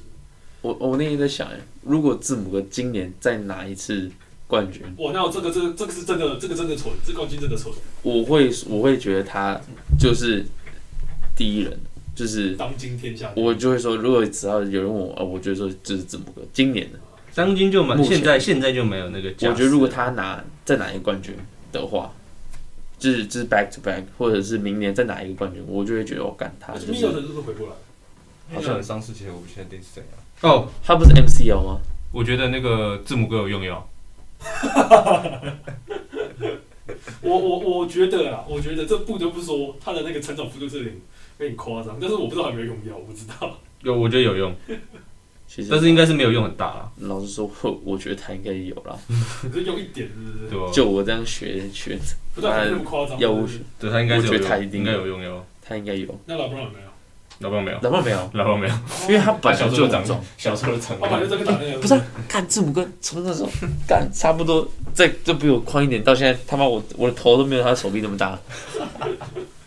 Speaker 4: 我我那天在想，哎如果字母哥今年再拿一次冠军，
Speaker 1: 哇，那我这个这个这个是真的，这个真的蠢，这冠军真的蠢，
Speaker 4: 我会我会觉得他就是第一人，就是
Speaker 1: 当今天下第一
Speaker 4: 我就会说，如果只要有人问我，呃，我就会说这是字母哥。今年的，
Speaker 3: 张军就蛮
Speaker 4: 目前
Speaker 3: 现在现在就没有那个架势了。
Speaker 4: 我觉得如果他拿再拿一个冠军的话，就是就是 back to back，或者是明年再拿一个冠军，我就会觉得我干他
Speaker 1: 而且
Speaker 4: 就
Speaker 1: 米尔
Speaker 4: 是
Speaker 1: 顿就是回不来，
Speaker 2: 好像很伤势，其实我不确定是怎样。
Speaker 3: 哦，
Speaker 4: 他不是 MCL 吗？
Speaker 3: 我觉得那个字母哥有用药，
Speaker 1: 我我我觉得啦，我觉得这不得不说他的那个成长幅度是有点有点夸张，但是我不知道有没有用药，我不知 道。
Speaker 3: 有我觉得有用，
Speaker 4: 其实，
Speaker 3: 但是应该是没有用很大啦，
Speaker 4: 老实说，我我觉得他应该有啦。
Speaker 1: 你是用一点是不是？
Speaker 3: 对吧？
Speaker 4: 就我这样学学，
Speaker 1: 不知道有没有那么夸
Speaker 3: 哦
Speaker 1: 张。
Speaker 4: 药物
Speaker 1: 是
Speaker 4: 学
Speaker 1: 不是
Speaker 3: 对他应该是有
Speaker 4: 我
Speaker 3: 用，
Speaker 4: 觉得他一定
Speaker 3: 应该有用药，
Speaker 4: 他应该有，
Speaker 1: 那老布朗有没有？
Speaker 3: 老棒没有，
Speaker 4: 哪怕没有，
Speaker 3: 老棒没有，
Speaker 4: 因为他本来就
Speaker 3: 长
Speaker 4: 很重。
Speaker 3: 小时候的长
Speaker 1: 他本来就这个打那个，
Speaker 4: 不是啊看字母哥从那时候干差不多，这这比我宽一点，到现在他妈我我的头都没有他手臂那么大。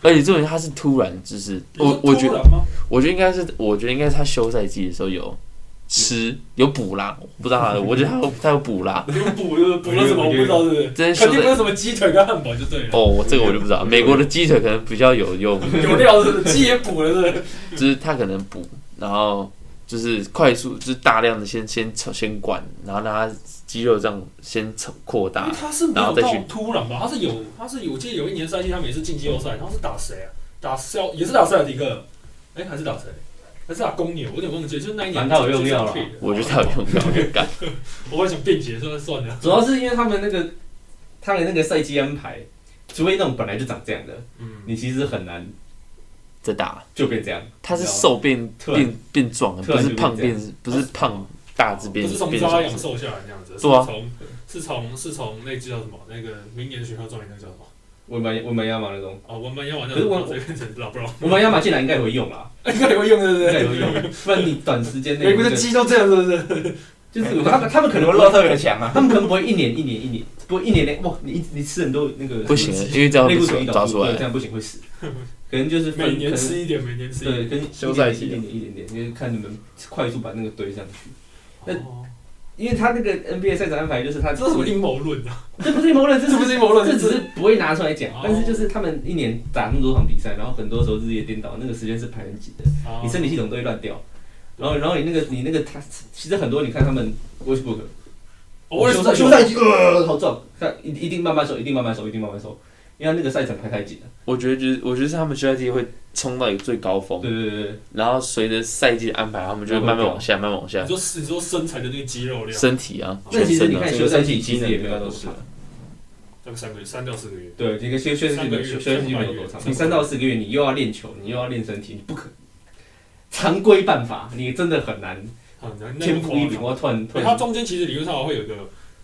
Speaker 4: 而且重点是他是突然，就是我我觉得
Speaker 1: 得吗？
Speaker 4: 我觉得应该是，我觉得应该是他休赛季的时候有吃有补啦，我不知道他，我觉得他有他有补啦。
Speaker 1: 有补就是补了什么我不知道是不是？
Speaker 4: 真
Speaker 1: 肯
Speaker 4: 休
Speaker 1: 定不
Speaker 4: 赛
Speaker 1: 是什么鸡腿跟汉堡就对了，
Speaker 4: 哦，我这个我就不知道。美国的鸡腿可能比较有用，
Speaker 1: 有料是不是？鸡也补了是不 是？
Speaker 4: 就是他可能补，然后就是快速就是大量的先先先灌，然后让他肌肉这样先扩
Speaker 1: 因
Speaker 4: 大
Speaker 1: 为，他是没
Speaker 4: 然
Speaker 1: 有
Speaker 4: 后再
Speaker 1: 到
Speaker 4: 去
Speaker 1: 突然吧，他是有，他是有，我记得有一年赛季，他每次进季后赛，然后是打谁啊？打肖也是打塞尔迪克，哎、还是打谁？还是打公牛？我有点忘记了，就是那一年
Speaker 3: 反正他有用药
Speaker 1: 料
Speaker 3: 啦
Speaker 4: 我觉得他有用到就干。
Speaker 1: 我本来想辩解说算了，
Speaker 3: 主要是因为他们那个他们那个赛季安排，除非那种本来就长这样的，
Speaker 1: 嗯，
Speaker 3: 你其实很难
Speaker 4: 再打，
Speaker 3: 就变这样。
Speaker 4: 他是瘦变
Speaker 3: 突然
Speaker 4: 变变壮，
Speaker 3: 突然
Speaker 4: 不
Speaker 3: 就
Speaker 4: 是
Speaker 3: 变
Speaker 4: 胖
Speaker 3: 这样
Speaker 4: 变，不是胖大只变
Speaker 1: 不是从
Speaker 4: 变
Speaker 1: 抓
Speaker 4: 壮
Speaker 1: 养。瘦下来那样子，
Speaker 4: 对啊
Speaker 1: 是从是从是从那句叫什么？那个明年选秀状元那个叫什么？
Speaker 3: 我蛮我蛮亚马那种，
Speaker 1: 哦，我们要玩那
Speaker 3: 可是
Speaker 1: 个，
Speaker 3: 我
Speaker 1: 然后直接变成老布朗，
Speaker 3: 我蛮亚马进来应该也会用啦，
Speaker 1: 应该也会用 对不
Speaker 3: 应该也会
Speaker 1: 对？
Speaker 3: 用，不然你短时间内
Speaker 1: 美国的鸡都这样是不是？
Speaker 3: 就是 我他们他们可能会
Speaker 2: 漏特别强啊，
Speaker 3: 他们可能不会一年一年一年，不会一年内哇，你一你吃很多那个
Speaker 4: 不行，因为这样
Speaker 3: 内
Speaker 4: 不
Speaker 3: 部水
Speaker 4: 行，
Speaker 3: 导
Speaker 4: 抓出
Speaker 3: 对这
Speaker 4: 来。
Speaker 3: 样不行会死。 可能就是分
Speaker 1: 每年
Speaker 3: 可能
Speaker 1: 吃一点，每年吃一
Speaker 3: 对，
Speaker 1: 点。
Speaker 3: 跟
Speaker 4: 休赛啊期
Speaker 3: 一点点一点点，就是看你们快速把那个堆上去。那
Speaker 1: 哦
Speaker 3: 因为他那个 NBA 赛程安排就是他
Speaker 1: 这是什么阴谋论啊？
Speaker 3: 这不是阴谋论，这
Speaker 1: 这不是阴谋论，
Speaker 3: 这只是不会拿出来讲
Speaker 1: 哦，
Speaker 3: 但是就是他们一年打那么多场比赛，然后很多时候日夜颠倒，那个时间是排很紧的，
Speaker 1: 啊
Speaker 3: 你身体系统都会乱掉。然后，然后你那个你那个他，其实很多你看他们 Westbrook，
Speaker 1: 哦我也
Speaker 3: 休
Speaker 1: 是
Speaker 3: 赛
Speaker 1: 在
Speaker 3: 休赛期呃好壮，看一一定慢慢收，一定慢慢收，一定慢慢收，因为他那个赛程排太紧了。
Speaker 4: 我觉得就是，我觉得是他们休赛季会冲到一个最高峰
Speaker 3: 对，对对对，
Speaker 4: 然后随着赛季的安排，他们就会慢慢往下，慢慢往下
Speaker 1: 你。说你说身材的那个肌肉量，
Speaker 4: 身体啊，
Speaker 3: 那
Speaker 4: 全
Speaker 3: 其实
Speaker 4: 身
Speaker 3: 你
Speaker 4: 啊
Speaker 3: 看，
Speaker 4: 这
Speaker 3: 休
Speaker 4: 个
Speaker 3: 赛
Speaker 4: 身体
Speaker 3: 期
Speaker 4: 机
Speaker 3: 其
Speaker 4: 能
Speaker 3: 实也没有
Speaker 4: 都
Speaker 3: 多
Speaker 4: 是
Speaker 3: 长。
Speaker 1: 大概三个月，三到四个月。
Speaker 3: 对，这个休休赛季没有休休赛季没有多长，你三到四个月，你又要练球，你又要练身体，你不可常规办法，你真的很难
Speaker 1: 啊，
Speaker 3: 天
Speaker 1: 天
Speaker 3: 赋
Speaker 1: 赋
Speaker 3: 异
Speaker 1: 异
Speaker 3: 禀，
Speaker 1: 禀。
Speaker 3: 我突然突
Speaker 1: 它
Speaker 3: 然，
Speaker 1: 中间其实理论上会有一个，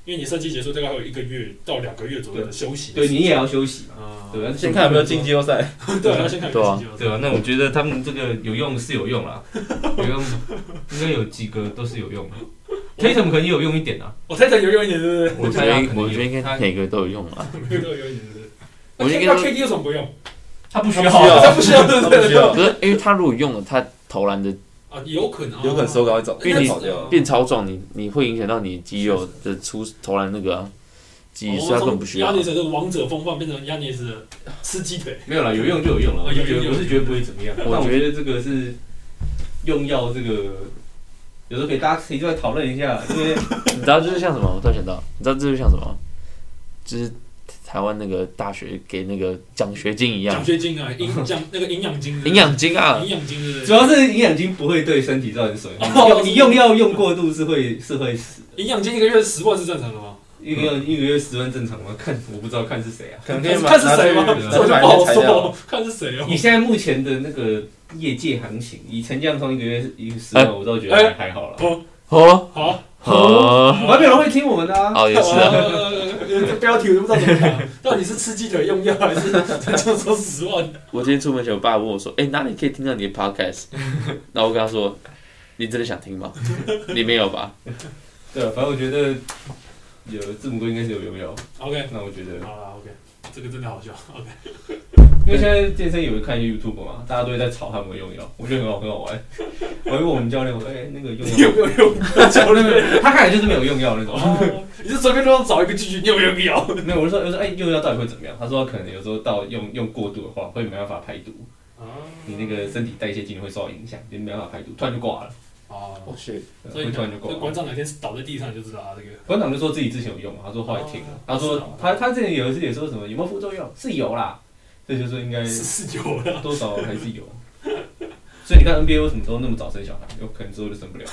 Speaker 1: 因为你设计结束大概会有一个月到两个月左右的休息。
Speaker 3: 对你也要休息嘛，
Speaker 1: 啊，
Speaker 3: 对吧？
Speaker 2: 先看有没有进季后赛。
Speaker 1: 对，要先看
Speaker 4: 对啊
Speaker 1: 有没有
Speaker 3: 对啊，那我觉得他们这个有用是有用啦， 有用，应该有几个都是有用的。Tatum 可能也有用一点啊，
Speaker 1: 我猜猜有用一点，对
Speaker 4: 我觉
Speaker 3: 猜他可能
Speaker 4: 得
Speaker 3: 有
Speaker 4: 我觉得应该
Speaker 3: 他
Speaker 4: 每个都有用啊。
Speaker 1: 不对？有用一点，对
Speaker 4: 我
Speaker 1: 不
Speaker 4: 就
Speaker 1: 对？那
Speaker 4: 跟他
Speaker 1: KD 有什么不用
Speaker 3: 他不需
Speaker 2: 他不需
Speaker 3: 要，
Speaker 2: 要
Speaker 1: 他不需要，对不对？
Speaker 4: 不是，因为他如果用了，他投篮的
Speaker 1: 啊，有可能，
Speaker 2: 有可能手稿一走，
Speaker 4: 因为你
Speaker 2: 跑掉了。
Speaker 4: 变超壮，你你会影响到你肌肉的出投篮那个啊肌，所以他根本不需要
Speaker 1: 亚。尼斯这个王者风范变成亚尼斯的吃鸡腿，
Speaker 3: 没有啦，有用就有用了。
Speaker 1: 啊有用
Speaker 3: 我是觉得不会怎么样。
Speaker 4: 我
Speaker 3: 但我
Speaker 4: 觉
Speaker 3: 觉得这个是用药，这个有时候可以大家可以就来讨论一下，因为
Speaker 4: 你知道这是像什么？我突然想到，你知道这是像什么？就是台湾那个大学给那个奖学金一样
Speaker 1: 奖，学金啊，营奖那个营养金，
Speaker 4: 营养金啊
Speaker 1: 营，养金，对不
Speaker 3: 主
Speaker 1: 对？
Speaker 3: 要是营养金不会对身体造成损害。
Speaker 1: 哦
Speaker 3: 用你用药用过度是会是会死的。
Speaker 1: 营养金一个月十万是正常的吗？
Speaker 3: 一个一个月十万正常吗？看我不知道看是谁啊。
Speaker 2: 可能可以买
Speaker 1: 看是谁吗？
Speaker 2: 拿去
Speaker 1: 这我就不好说，看是谁哦。
Speaker 3: 以现在目前的那个业界行情，以陈将聪一个月一个十万，我倒觉得还
Speaker 1: 哎
Speaker 3: 还好了。
Speaker 4: 哦
Speaker 1: 好，
Speaker 4: 哦
Speaker 3: 我还没有人会听我们的啊。
Speaker 4: 哦，也是啊，
Speaker 1: 这标题我都不知道怎么打，到底是吃鸡腿用药还是就说十万？
Speaker 4: 我今天出门前，我爸问我说：“哎、哪里可以听到你的 podcast？” 然后我跟他说：“你真的想听 吗？你没有吧
Speaker 3: 对啊，反正我觉得有字母哥应该是有用药。
Speaker 1: OK，
Speaker 3: 那我觉得，
Speaker 1: 好了，OK，这个真的好笑。OK，
Speaker 3: 因为现在健身也会看 YouTube 嘛，大家都会在吵他们的用药，我觉得很好很好 玩。我还问我们教练，我说：“哎、那个用
Speaker 1: 你有
Speaker 3: 药
Speaker 1: 没有用教练？
Speaker 3: 他看起来就是没有用药那种。
Speaker 1: 哦，你是随便路上找一个拒绝，你有没有用药？
Speaker 3: 没有，我就说，我就说，哎、用药到底会怎么样？他说，可能有时候到用用过度的话，会没办法排毒，你那个身体代谢机能会受到影响，就没办法排毒，突然就挂了，
Speaker 1: 啊，
Speaker 2: 我去，
Speaker 3: 对
Speaker 1: 所以
Speaker 3: 会突然就挂
Speaker 1: 所以
Speaker 3: 了
Speaker 1: 馆。长哪天倒在地上就知道啊，这个
Speaker 3: 馆长就说自己之前有用嘛，他说后来停了
Speaker 1: 哦，
Speaker 3: 他
Speaker 1: 是
Speaker 3: 说
Speaker 1: 啊
Speaker 3: 他他之前有一次也说什么有没有副作用，是有啦，所以就说应 该
Speaker 1: 是是有了。
Speaker 3: 多少还是有。所以你看 NBA 为什么都那么早生小孩，有可能之后就生不了。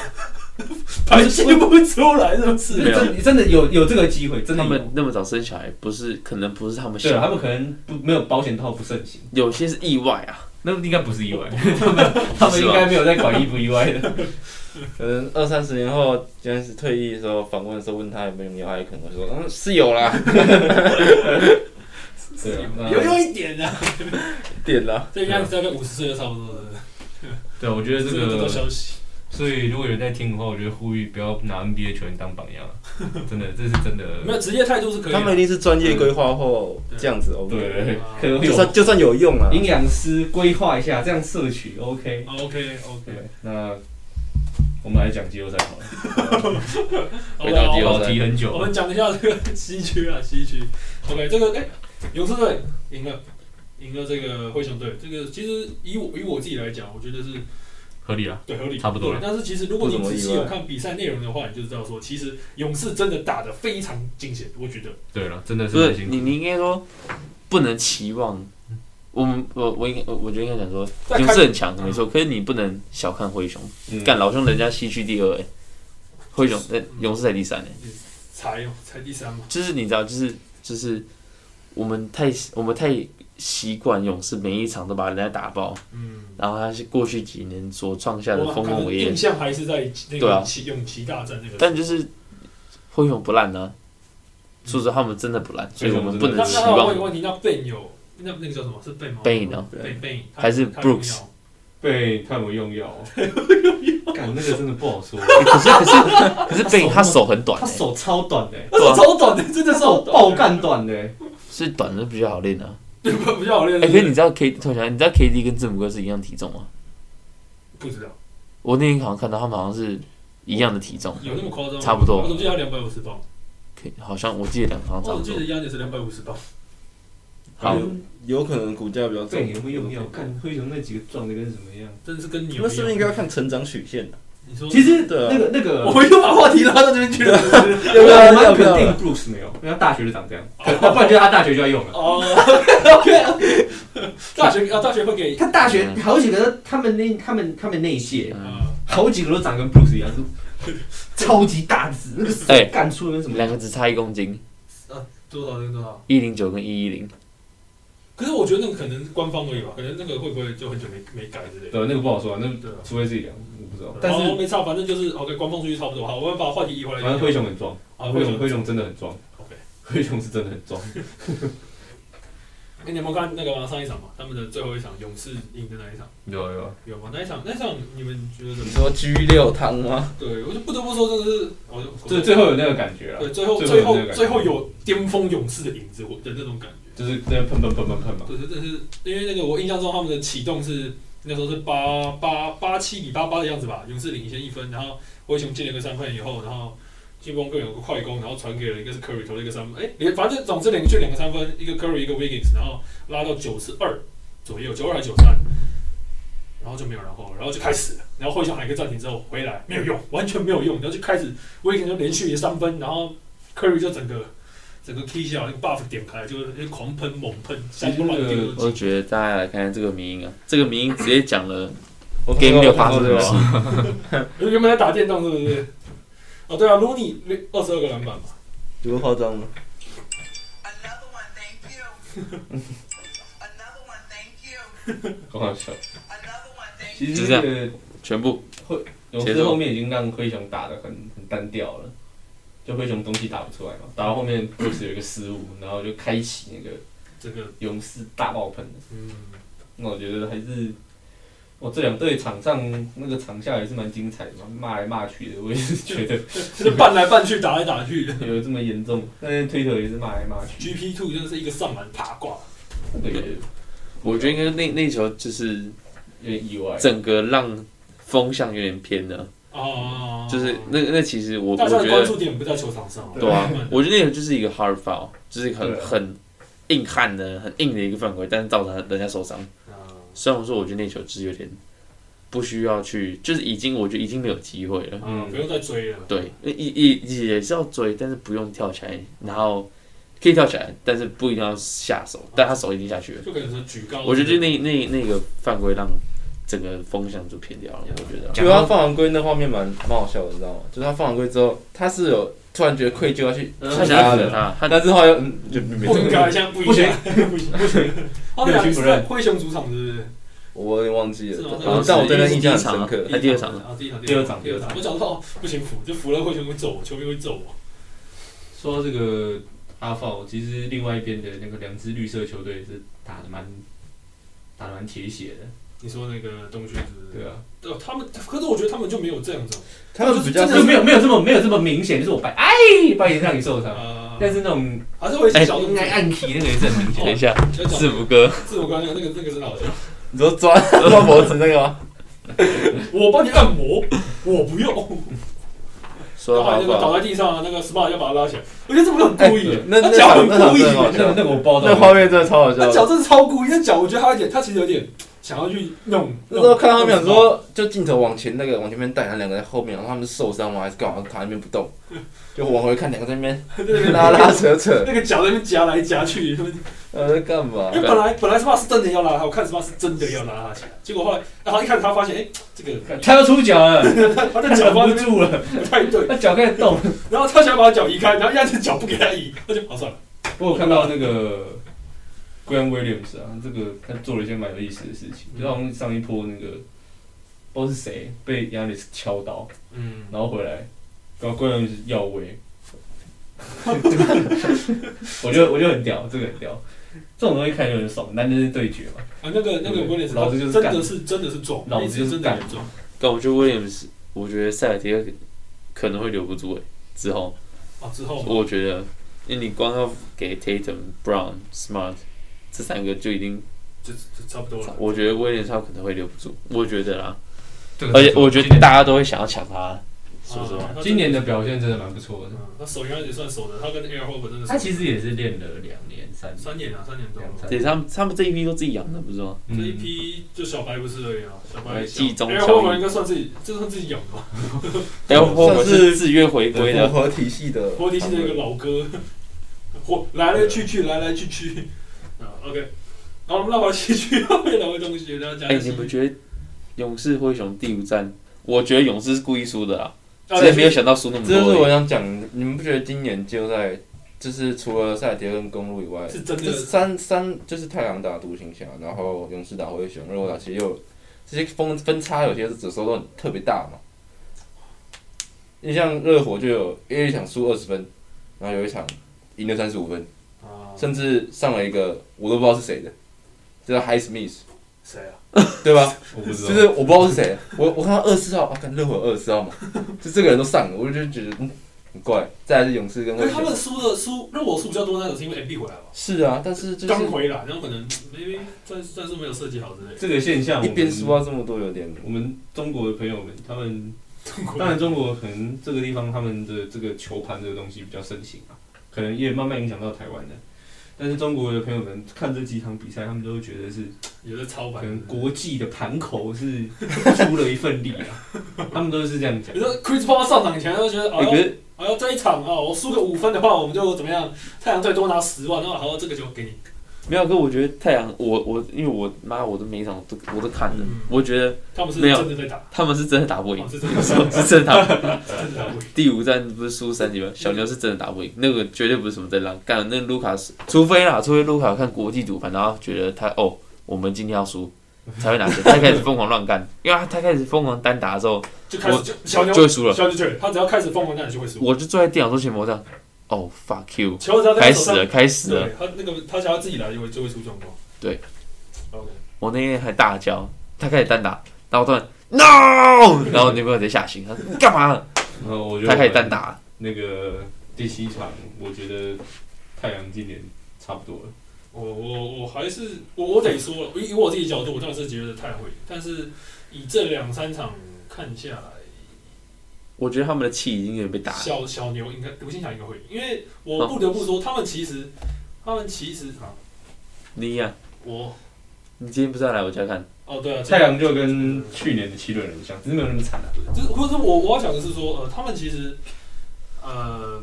Speaker 1: 排泄不出来是不是？
Speaker 4: 没有
Speaker 3: 真真的有有这个机会，？”真的
Speaker 4: 他
Speaker 3: 有
Speaker 4: 们那么早生小孩，不是可能不是他们
Speaker 3: 对
Speaker 4: 想，
Speaker 3: 啊，他们可能不没有保险套不盛行，
Speaker 4: 有些是意外啊。
Speaker 3: 那应该不是意外， 他们应该没有在管意不意外的。
Speaker 2: 可能二三十年后，詹姆退役的时候，访问的时候问他有没有用药，他也可能会说，嗯，是有啦，
Speaker 3: 对啊，那
Speaker 1: 有用一点的，
Speaker 2: 点啦。
Speaker 1: 这个样
Speaker 3: 啊
Speaker 1: 子大概五十岁就差不多了。
Speaker 3: 对，我觉得
Speaker 1: 这个都消息，
Speaker 3: 所以如果有人在听的话，我觉得呼吁不要拿 NBA 球员当榜样，啊真的，这是真的
Speaker 1: 没有职业态度是可以的。
Speaker 2: 他们一定是专业规划后这样子，OK。
Speaker 3: 对，可能会
Speaker 2: 就
Speaker 3: 有
Speaker 2: 算就算有用啊啦，
Speaker 3: 营养师规划一下，这样摄取 OK。
Speaker 1: OK OK，
Speaker 3: 对，那我们来讲季后赛好了，
Speaker 1: 好
Speaker 4: 回到季
Speaker 1: 吧
Speaker 4: 后
Speaker 3: 我提很久
Speaker 1: 我
Speaker 3: 了
Speaker 1: 们。讲一下这个西区啊，西区。OK，这个哎、勇士队赢了，赢了这个灰熊队。这个其实以我以我自己来讲，我觉得是
Speaker 3: 合理了。啊
Speaker 1: 对，合理，
Speaker 3: 差不多了
Speaker 1: 对但是其实如果
Speaker 4: 不
Speaker 1: 你
Speaker 4: 怎么
Speaker 1: 仔细
Speaker 4: 意外
Speaker 1: 有看比赛内容的话，你就知道说，其实勇士真的打得非常尽显，我觉得。
Speaker 3: 对了，真的是
Speaker 4: 不
Speaker 3: 蛮
Speaker 4: 是
Speaker 3: 辛
Speaker 4: 你，
Speaker 3: 苦。
Speaker 4: 你应该说不能期望。我们我我应该我我觉得应该讲说，
Speaker 1: 在
Speaker 4: 勇
Speaker 1: 啊看嗯
Speaker 4: 士很强没错，可是你不能小看灰熊。
Speaker 3: 嗯
Speaker 4: 干老兄，人家西区第二哎、灰熊呃勇士才第三哎、
Speaker 1: 才哦，才第三嘛，
Speaker 4: 就是你知道，就是就是我们太我们太习惯勇士每一场都把人家打爆，
Speaker 1: 嗯，
Speaker 4: 然后他是过去几年所创下的
Speaker 1: 我
Speaker 4: 丰
Speaker 1: 可
Speaker 4: 功
Speaker 1: 能
Speaker 4: 伟
Speaker 1: 印
Speaker 4: 业，
Speaker 1: 象还是在那
Speaker 4: 对
Speaker 1: 个
Speaker 4: 啊
Speaker 1: 奇勇奇大战那个，
Speaker 4: 但就是灰熊不烂呢、说实话他们真的不烂，所以我们不
Speaker 1: 那
Speaker 4: 能期
Speaker 1: 那那我问
Speaker 4: 望
Speaker 1: 一个问题，那 Ben 有那那个叫什么是 Ben 吗
Speaker 4: Bane 呢
Speaker 1: Ben Ben
Speaker 4: 还是 Brooks？
Speaker 6: 被泰姆用 药，
Speaker 3: 干那个真的 不好欸说，
Speaker 4: 可是可是可是 贝他手很短、
Speaker 6: 他
Speaker 4: 欸，
Speaker 6: 手超短的、欸，
Speaker 4: 对啊
Speaker 1: 超短的，真的
Speaker 6: 那
Speaker 1: 是
Speaker 6: 手爆干短的、
Speaker 4: 所以短的比较好练啊。
Speaker 1: 对吧？ 比较好练
Speaker 4: 哎、。可是你知道 K 突然想到，你知道 KD 跟字母哥是一样体重吗？
Speaker 1: 不知道
Speaker 4: 我那天好像看到他们好像是一样的体重，
Speaker 1: 有那么夸张吗？
Speaker 4: 差不多
Speaker 1: 我总记得他两百五十磅，
Speaker 4: 可以好像我记得两个好
Speaker 1: 我
Speaker 4: 像差
Speaker 1: 总
Speaker 4: 不
Speaker 1: 记
Speaker 4: 多
Speaker 1: 得。亚尼是两百五十磅。
Speaker 4: 好，
Speaker 2: 有可能骨架比较重
Speaker 3: 对，你会用药，看灰熊那几个壮的跟什么一样。
Speaker 1: 真的是跟牛一
Speaker 2: 那
Speaker 1: 样。
Speaker 2: 是不是应该要看成长曲线的？
Speaker 1: 你说
Speaker 3: 其实
Speaker 2: 对啊
Speaker 3: 那个那个，
Speaker 1: 我们又把话题拉到这边去了。
Speaker 3: 对
Speaker 2: 要不要
Speaker 3: 我们
Speaker 2: 要不
Speaker 3: 肯
Speaker 2: 要
Speaker 3: 定 Bruce 没有，因为他大学就长 这样，要不然就他大学就要用了。
Speaker 1: 哦，大学啊，大学会给
Speaker 3: 他大学好几个，他们那他们他们那一届
Speaker 4: 嗯，
Speaker 1: 啊，
Speaker 3: 好几个都长跟 Bruce 一样， 超级大只，那个手
Speaker 4: 哎
Speaker 3: 干出了什么？
Speaker 4: 两个只差一公斤，
Speaker 1: 多少跟多少？
Speaker 4: 一零九跟一一零。
Speaker 1: 可是我觉得那个可能是官方而已吧，可能那个会不会就很久没没改之类的。
Speaker 3: 呃对，那个不好说，那
Speaker 1: 对啊
Speaker 3: 除非自己量，我不知道。但
Speaker 1: 但是、
Speaker 3: 是
Speaker 1: 没差，反正就是 OK，官方数据差不多。好，我们把话题移回来。
Speaker 3: 反正灰熊很壮，
Speaker 1: 啊，灰
Speaker 3: 灰熊
Speaker 1: 熊
Speaker 3: 灰熊真的很壮
Speaker 1: OK
Speaker 3: 灰熊是真的很壮。
Speaker 1: 哎、你有没有看那个吗？上一场嘛，他们的最后一场勇士赢的那一场，
Speaker 3: 有有，
Speaker 1: 有吗？那一场，那一场你们觉得怎
Speaker 2: 你
Speaker 1: 么样？
Speaker 2: 说 G 六汤吗？
Speaker 1: 对我就不得不说，真的是，我就
Speaker 3: 最最后有那个感觉啊了
Speaker 1: 对，最后
Speaker 3: 最
Speaker 1: 最
Speaker 3: 后
Speaker 1: 后
Speaker 3: 有那个感觉
Speaker 1: 最后有巅峰勇士的影子我的那种感觉。
Speaker 3: 就是在喷喷喷喷喷嘛。
Speaker 1: 对对，但是因为那个我印象中他们的启动是那时候是八八八七比八八的样子吧，勇士领先一分，然后灰熊进了一个三分以后，然后进攻更有个快攻，然后传给了一个是 Curry 投了一个三分，哎，连反正总之连续两个三分，一个 Curry 一个 Wiggins，然后拉到九十二左右，九二还是九三。然后就没有然后了，然后就开始了，然后灰熊喊一个暂停之后回来没有用，完全没有用，然后就开始 Wiggins 就连续一三分，然后 Curry 就整个整个 K 下那个 buff 点开，就是狂喷猛喷，三个乱丢。
Speaker 4: 我觉得大家来看看这个迷音啊，这个迷音直接讲了
Speaker 2: 我
Speaker 4: game 六发生什么事。呃
Speaker 1: 原本在打电动，是不是？哦，对啊，卢尼二十二个篮板嘛，
Speaker 2: 有夸张吗？
Speaker 7: Another one, thank you. Another one, thank you.
Speaker 3: 刚好笑。
Speaker 7: Another one, thank you.
Speaker 3: 其
Speaker 4: 就
Speaker 3: 实
Speaker 4: 这
Speaker 3: 那
Speaker 4: 样
Speaker 3: 个
Speaker 4: 全部
Speaker 3: 勇士后面已经让灰熊打得很很单调了，就灰熊东西打不出来嘛，打到后面 Bruce 有一个失误，然后就开启那个
Speaker 1: 这个
Speaker 3: 勇士大爆喷。
Speaker 1: 嗯，
Speaker 3: 那我觉得还是，我这两队场上那个场下也是蛮精彩的嘛，骂来骂去的，我也是觉 得
Speaker 1: 就是拌来拌去，打来打去的。
Speaker 3: 有这么严重。那些推特也是骂来骂去，
Speaker 1: GP Two 真的是一个上篮啪挂，
Speaker 3: 这个有
Speaker 4: 我觉得应该那那球就是
Speaker 3: 点意外。
Speaker 4: 整个让风向有点偏了，
Speaker 1: 哦，
Speaker 4: 就是那那其实我
Speaker 1: 大
Speaker 4: 我
Speaker 1: 家
Speaker 4: 觉
Speaker 1: 的关
Speaker 4: 得
Speaker 1: 注点不在球场上，
Speaker 4: 对啊
Speaker 1: 慢慢，的
Speaker 4: 我觉得那球就是一个 hard foul，就是
Speaker 3: 对
Speaker 4: 很
Speaker 3: 啊
Speaker 4: 很硬汉的、很硬的一个犯规，但是造成人家受伤。
Speaker 1: 啊
Speaker 4: 虽然说我觉得那球就是有点不需要去，就是已经我觉得已经没有机会了。
Speaker 1: 啊，不用再追了。
Speaker 4: 对，也也也是要追，但是不用跳起来，然后可以跳起来，但是不一定要下手，但他手已经下去了。
Speaker 1: 就可能是举高，
Speaker 4: 我觉得就那那那个犯规让整个风向就偏掉了，我觉得。
Speaker 2: 就他放完龟那画面蛮蛮好笑的，你知道吗？就是他放完龟之后，他是有突然觉得愧疚要去
Speaker 3: 嗯
Speaker 4: 他
Speaker 2: 掐
Speaker 4: 想要
Speaker 2: 他
Speaker 4: 惹
Speaker 2: 的，
Speaker 4: 他，他
Speaker 2: 但是后来又嗯就没
Speaker 1: 不应
Speaker 2: 事，
Speaker 1: 该，现在不应该， 不行不行。他们俩是在灰熊主场，是
Speaker 2: 我有点忘记
Speaker 1: 是吗
Speaker 2: 了，
Speaker 1: 那
Speaker 2: 但
Speaker 1: 个
Speaker 2: 我
Speaker 1: 是
Speaker 2: 但我对他
Speaker 4: 第一
Speaker 2: 印象很
Speaker 4: 场啊
Speaker 2: 深刻
Speaker 1: 不。
Speaker 4: 他
Speaker 1: 是？
Speaker 4: 第二场呢
Speaker 1: 啊，第一场，第
Speaker 3: 第
Speaker 1: 二
Speaker 3: 二
Speaker 1: 场
Speaker 3: 场，
Speaker 1: 我想到哦，不行，服就服了，灰熊会揍我，球迷会揍我。
Speaker 3: 说到这个阿falk 其实另外一边的那个两支绿色球队是打的蛮打的蛮铁血的，
Speaker 1: 你说那个东区是不是？
Speaker 3: 对啊，
Speaker 1: 对，他们，可是我觉得他们就没有这样子。
Speaker 2: 他们比较
Speaker 3: 但是没有没有这么没有这么明显，就是我掰哎掰也让你受伤，
Speaker 1: 啊，
Speaker 3: 但是那种
Speaker 1: 还是会有一
Speaker 2: 哎
Speaker 1: 些小动作。
Speaker 3: 该暗踢那个也是很明显。
Speaker 4: 等一下，
Speaker 1: 要讲
Speaker 4: 字母哥，
Speaker 1: 自我观念，那个那个真的好笑。
Speaker 2: 你说抓抓脖子那个 吗？
Speaker 1: 我帮你按摩，我不用。然
Speaker 4: 说得
Speaker 1: 后
Speaker 2: 啊
Speaker 4: 好
Speaker 1: 那
Speaker 4: 不
Speaker 1: 个倒
Speaker 4: 好？
Speaker 1: 在地上，那个 SPA 要把他拉起来，我觉得这不是很故意的。
Speaker 2: 哎那
Speaker 1: 他
Speaker 2: 那
Speaker 1: 脚
Speaker 2: 场
Speaker 1: 很
Speaker 2: 那场
Speaker 1: 故意
Speaker 2: 真的很
Speaker 1: 的，
Speaker 3: 哦
Speaker 2: 好
Speaker 3: 那个
Speaker 2: 笑，
Speaker 3: 那个我包到
Speaker 2: 那画面真的超好
Speaker 1: 他
Speaker 2: 笑
Speaker 1: 脚
Speaker 2: 的。
Speaker 1: 真的超故意。他脚我觉得他有点，他其实有点想要去弄。
Speaker 2: 那时候看他们想说，就镜头往前那个往前面带，然后两个在后面，然后他们是受伤吗？还是干嘛？躺在那边不 动，就往回看，两个在那边
Speaker 1: 弄， 对对
Speaker 2: 拉拉扯扯，
Speaker 1: 那个脚在那边夹来夹去，他们
Speaker 2: 呃，在干嘛
Speaker 1: 因？为本来本来 SPA 是真的要拉他，我看 SPA 是真的要拉他起来，结果后来，然后一看他发现，哎、这个
Speaker 4: 他要出脚了，
Speaker 1: 他的脚
Speaker 4: 他
Speaker 1: 放
Speaker 4: 脚不
Speaker 1: 那边
Speaker 4: 住了，
Speaker 1: 不太 对，
Speaker 4: 他脚开始动。
Speaker 1: 然后他想把脚移开，然后压着脚不给他移，他就好算了。
Speaker 3: 我有看到那个 Graham Williams 啊，这个他做了一件蛮有意思的事情，就好像上一波那个不知道是谁被 Yanis 敲到，
Speaker 1: 嗯，
Speaker 3: 然后回来，然后 Graham 要威， 我觉得我觉得很屌，这个很屌，这种东西看就很爽，难得是对决嘛，
Speaker 1: 啊，那个那个
Speaker 3: 对
Speaker 1: 威廉斯
Speaker 3: 老子就是
Speaker 1: 真
Speaker 3: 干
Speaker 1: 的是真的是重，
Speaker 3: 老子就是
Speaker 1: 真的
Speaker 3: 干
Speaker 1: 很重。
Speaker 4: 但我觉得 Williams，我觉得塞尔提克可能会留不住诶、欸之后
Speaker 1: 啊，之后
Speaker 4: 我觉得，因为你光要给 Tatum、Brown、Smart 这三个就已经，
Speaker 1: 就就差不多了。
Speaker 4: 我觉得 Williams 他可能会留不住，我觉得啦。
Speaker 3: 这个
Speaker 4: 而且我觉得大家都会想要抢他，说实话。
Speaker 1: 啊
Speaker 3: 今年的表现真的蛮不错的，
Speaker 1: 嗯他守应该也算守的，他跟 Air Hope 真的
Speaker 3: 他
Speaker 1: 是
Speaker 3: 其实也是练了两年三年，
Speaker 1: 三年啊，三年多了
Speaker 3: 两。三嗯
Speaker 4: 对，他们他们这一批都自己养的，不是吗？
Speaker 1: 这一批就小白不是而已啊，小白
Speaker 4: 哎季中
Speaker 1: Air
Speaker 4: 效
Speaker 1: Hope
Speaker 4: 应
Speaker 1: 应该算自己，这算自己养的吧。
Speaker 4: 然后哎我
Speaker 2: 算是
Speaker 4: 是自愿回归
Speaker 2: 符
Speaker 4: 的，
Speaker 2: 合体系的，
Speaker 1: 波提是那个老哥，我来来去去，来来去去。啊，OK。然后我们绕回西 区后面两位东西，大家讲
Speaker 4: 哎、
Speaker 1: 一
Speaker 4: 你
Speaker 1: 下。
Speaker 4: 们觉得勇士灰熊第五战？我觉得勇士是故意输的啦，
Speaker 1: 啊
Speaker 4: 真的没有想到输那么
Speaker 2: 这就是
Speaker 4: 多
Speaker 2: 我
Speaker 4: 欸。
Speaker 2: 想讲，你们不觉得今年季后赛就是除了塞尔提克跟公路以外，
Speaker 1: 是真
Speaker 2: 这
Speaker 1: 的
Speaker 2: 三三就是太阳打独行侠，然后勇士打灰熊，热火打七六，这些分分差有些指数都很特别大嘛。你像热火就有因为一场输二十分，然后有一场赢了三十五分，
Speaker 3: 哦
Speaker 1: 啊，
Speaker 2: 甚至上了一个我都不知道是谁的，叫 High Smith，
Speaker 1: 谁啊？
Speaker 2: 对吧？
Speaker 3: 我不知道，
Speaker 2: 就是我不知道是谁，我我看到二十四号，啊，看热火二十四号嘛，就这个人都上了，我就觉得嗯很怪。再来是勇士跟
Speaker 1: 因
Speaker 2: 灰
Speaker 1: 为他们
Speaker 2: 熊，
Speaker 1: 输的输，那我输比较多那种是因为 MB 回来吧，
Speaker 2: 是啊，但是就是
Speaker 1: 刚回来，然后可能嗯 maybe 战战术没有设计好之类的。
Speaker 3: 这个现象我
Speaker 2: 一
Speaker 3: 们
Speaker 2: 边输啊到这么多，有点
Speaker 3: 我们中国的朋友们，他们
Speaker 1: 中国
Speaker 3: 当然中国可能这个地方他们的这个球盘这个东西比较盛行啊，可能也慢慢影响到台湾的。但是中国的朋友们看这几场比赛，他们都会觉得是
Speaker 1: 有的超
Speaker 3: 可
Speaker 1: 白，
Speaker 3: 能国际的盘口是 出了一份力啊，他们都是这样讲
Speaker 1: 你。说 Chris Paul 上场前他就觉得，
Speaker 4: 哎、
Speaker 1: 哎
Speaker 4: 可
Speaker 1: 呦，
Speaker 4: 是
Speaker 1: 哎呦这一场啊，我输个五分的话，我们就怎么样？太阳队多拿十万，那好，这个就给你。
Speaker 4: 没有，可我觉得太阳，我我因为我妈我都每一场都我都看了
Speaker 1: 嗯，
Speaker 4: 我觉得
Speaker 1: 他们是
Speaker 4: 没有
Speaker 1: 真的在打，
Speaker 4: 他们是真的打不
Speaker 1: 他
Speaker 4: 赢
Speaker 1: 们，是真的在打，
Speaker 4: 是真的打不赢。
Speaker 1: 是真的打不赢。
Speaker 4: 第五战不是输三几分，小牛是真的打不赢，那个绝对不是什么真浪。干那卢卡斯，除非啦，除非卢卡看国际赌盘，然后觉得他哦，我们今天要输才会拿下，他开始疯狂乱干，因为他他开始疯狂单打的时候，
Speaker 1: 就开始
Speaker 4: 我
Speaker 1: 就小牛
Speaker 4: 就会输了
Speaker 1: 小牛对，他只要开始疯狂，那你就会输。
Speaker 4: 我就坐在电脑桌前魔杖，哦 fuck you，
Speaker 1: 球只要在他
Speaker 4: 开
Speaker 1: 手
Speaker 4: 始
Speaker 1: 上
Speaker 4: 了，开始了
Speaker 1: 对，，他那个他想要自己来就会就会出状况。
Speaker 4: 对
Speaker 1: ，OK，
Speaker 4: 我那天还大叫，他开始单打，然后突然 no，然后女朋友直接吓醒，他说你干嘛？
Speaker 3: 然后我觉得
Speaker 4: 他开始单打，
Speaker 3: 那个第七场，我觉得太阳今年差不多了。
Speaker 1: 我我我还是我我得说了，以以我自己角度，我当然是觉得太会，但是以这两三场看下来，
Speaker 4: 我觉得他们的气已经有点被打哦了，
Speaker 1: 小小牛应该独行侠应该会，因为我不得不说，他们其实他们其实啊，
Speaker 4: 你呀、
Speaker 1: 我
Speaker 4: 你今天不是要来我家看？
Speaker 1: 哦对啊，
Speaker 3: 太阳就跟去年的七六人很像，只是没有那么惨啊。
Speaker 1: 就是或者是我我要讲的是说，呃，他们其实，呃，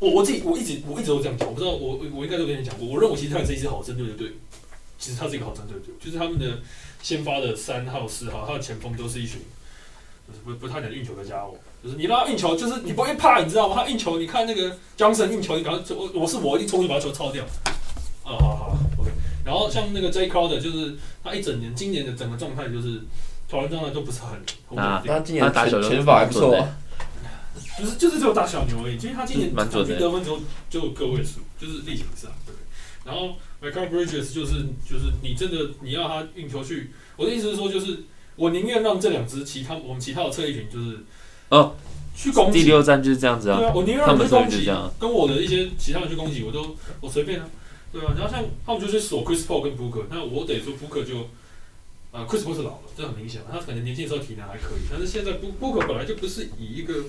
Speaker 1: 我我自己我一直我一直都这样讲，我不知道我我我应该都跟你讲过，我认为其实他们是一支好针对的队伍，其实他是一个好针对的队伍，就是他们的先发的三号、四号，他的前锋都是一群，就是不不太能运球的家伙，就是你让他运球，就是你不会怕，你知道吗？他运球，你看那个 Johnson 运球，你赶快就我我是我一定冲去把球抄掉，啊好好好 OK，然后像那个 J Crowder 就是他一整年今年的整个状态就是。投篮状态都不是很很稳
Speaker 4: 啊
Speaker 1: 定，
Speaker 2: 他今
Speaker 4: 他
Speaker 2: 年
Speaker 4: 打小
Speaker 2: 拳
Speaker 4: 球
Speaker 2: 拳法还不错啊，
Speaker 1: 就是就是只有打小牛而已，因为他今年
Speaker 4: 嗯蛮准的
Speaker 1: 平均得分只有就个位数，就是例行赛。对，然后 Michael Bridges 就是就是你真的你要他运球去，我的意思是说，就是我宁愿让这两支其他我们其他的侧翼群就是
Speaker 4: 哦
Speaker 1: 去攻
Speaker 4: 第
Speaker 1: 击，
Speaker 4: 六站就是这样子
Speaker 1: 对
Speaker 4: 啊，
Speaker 1: 啊，我宁愿
Speaker 4: 他
Speaker 1: 让
Speaker 4: 们
Speaker 1: 们去
Speaker 4: 所以
Speaker 1: 攻
Speaker 4: 就
Speaker 1: 击
Speaker 4: 这样啊。
Speaker 1: 跟我的一些其他人去攻击，我都我随便啊，对啊。然后像他们就去锁 Chris Paul 跟 Booker，那我得说 Booker 就啊、Chris Paul 是老了，这很明显嘛，他可能年轻的时候体能还可以，但是现在 Book- Booker 本来就不是以一个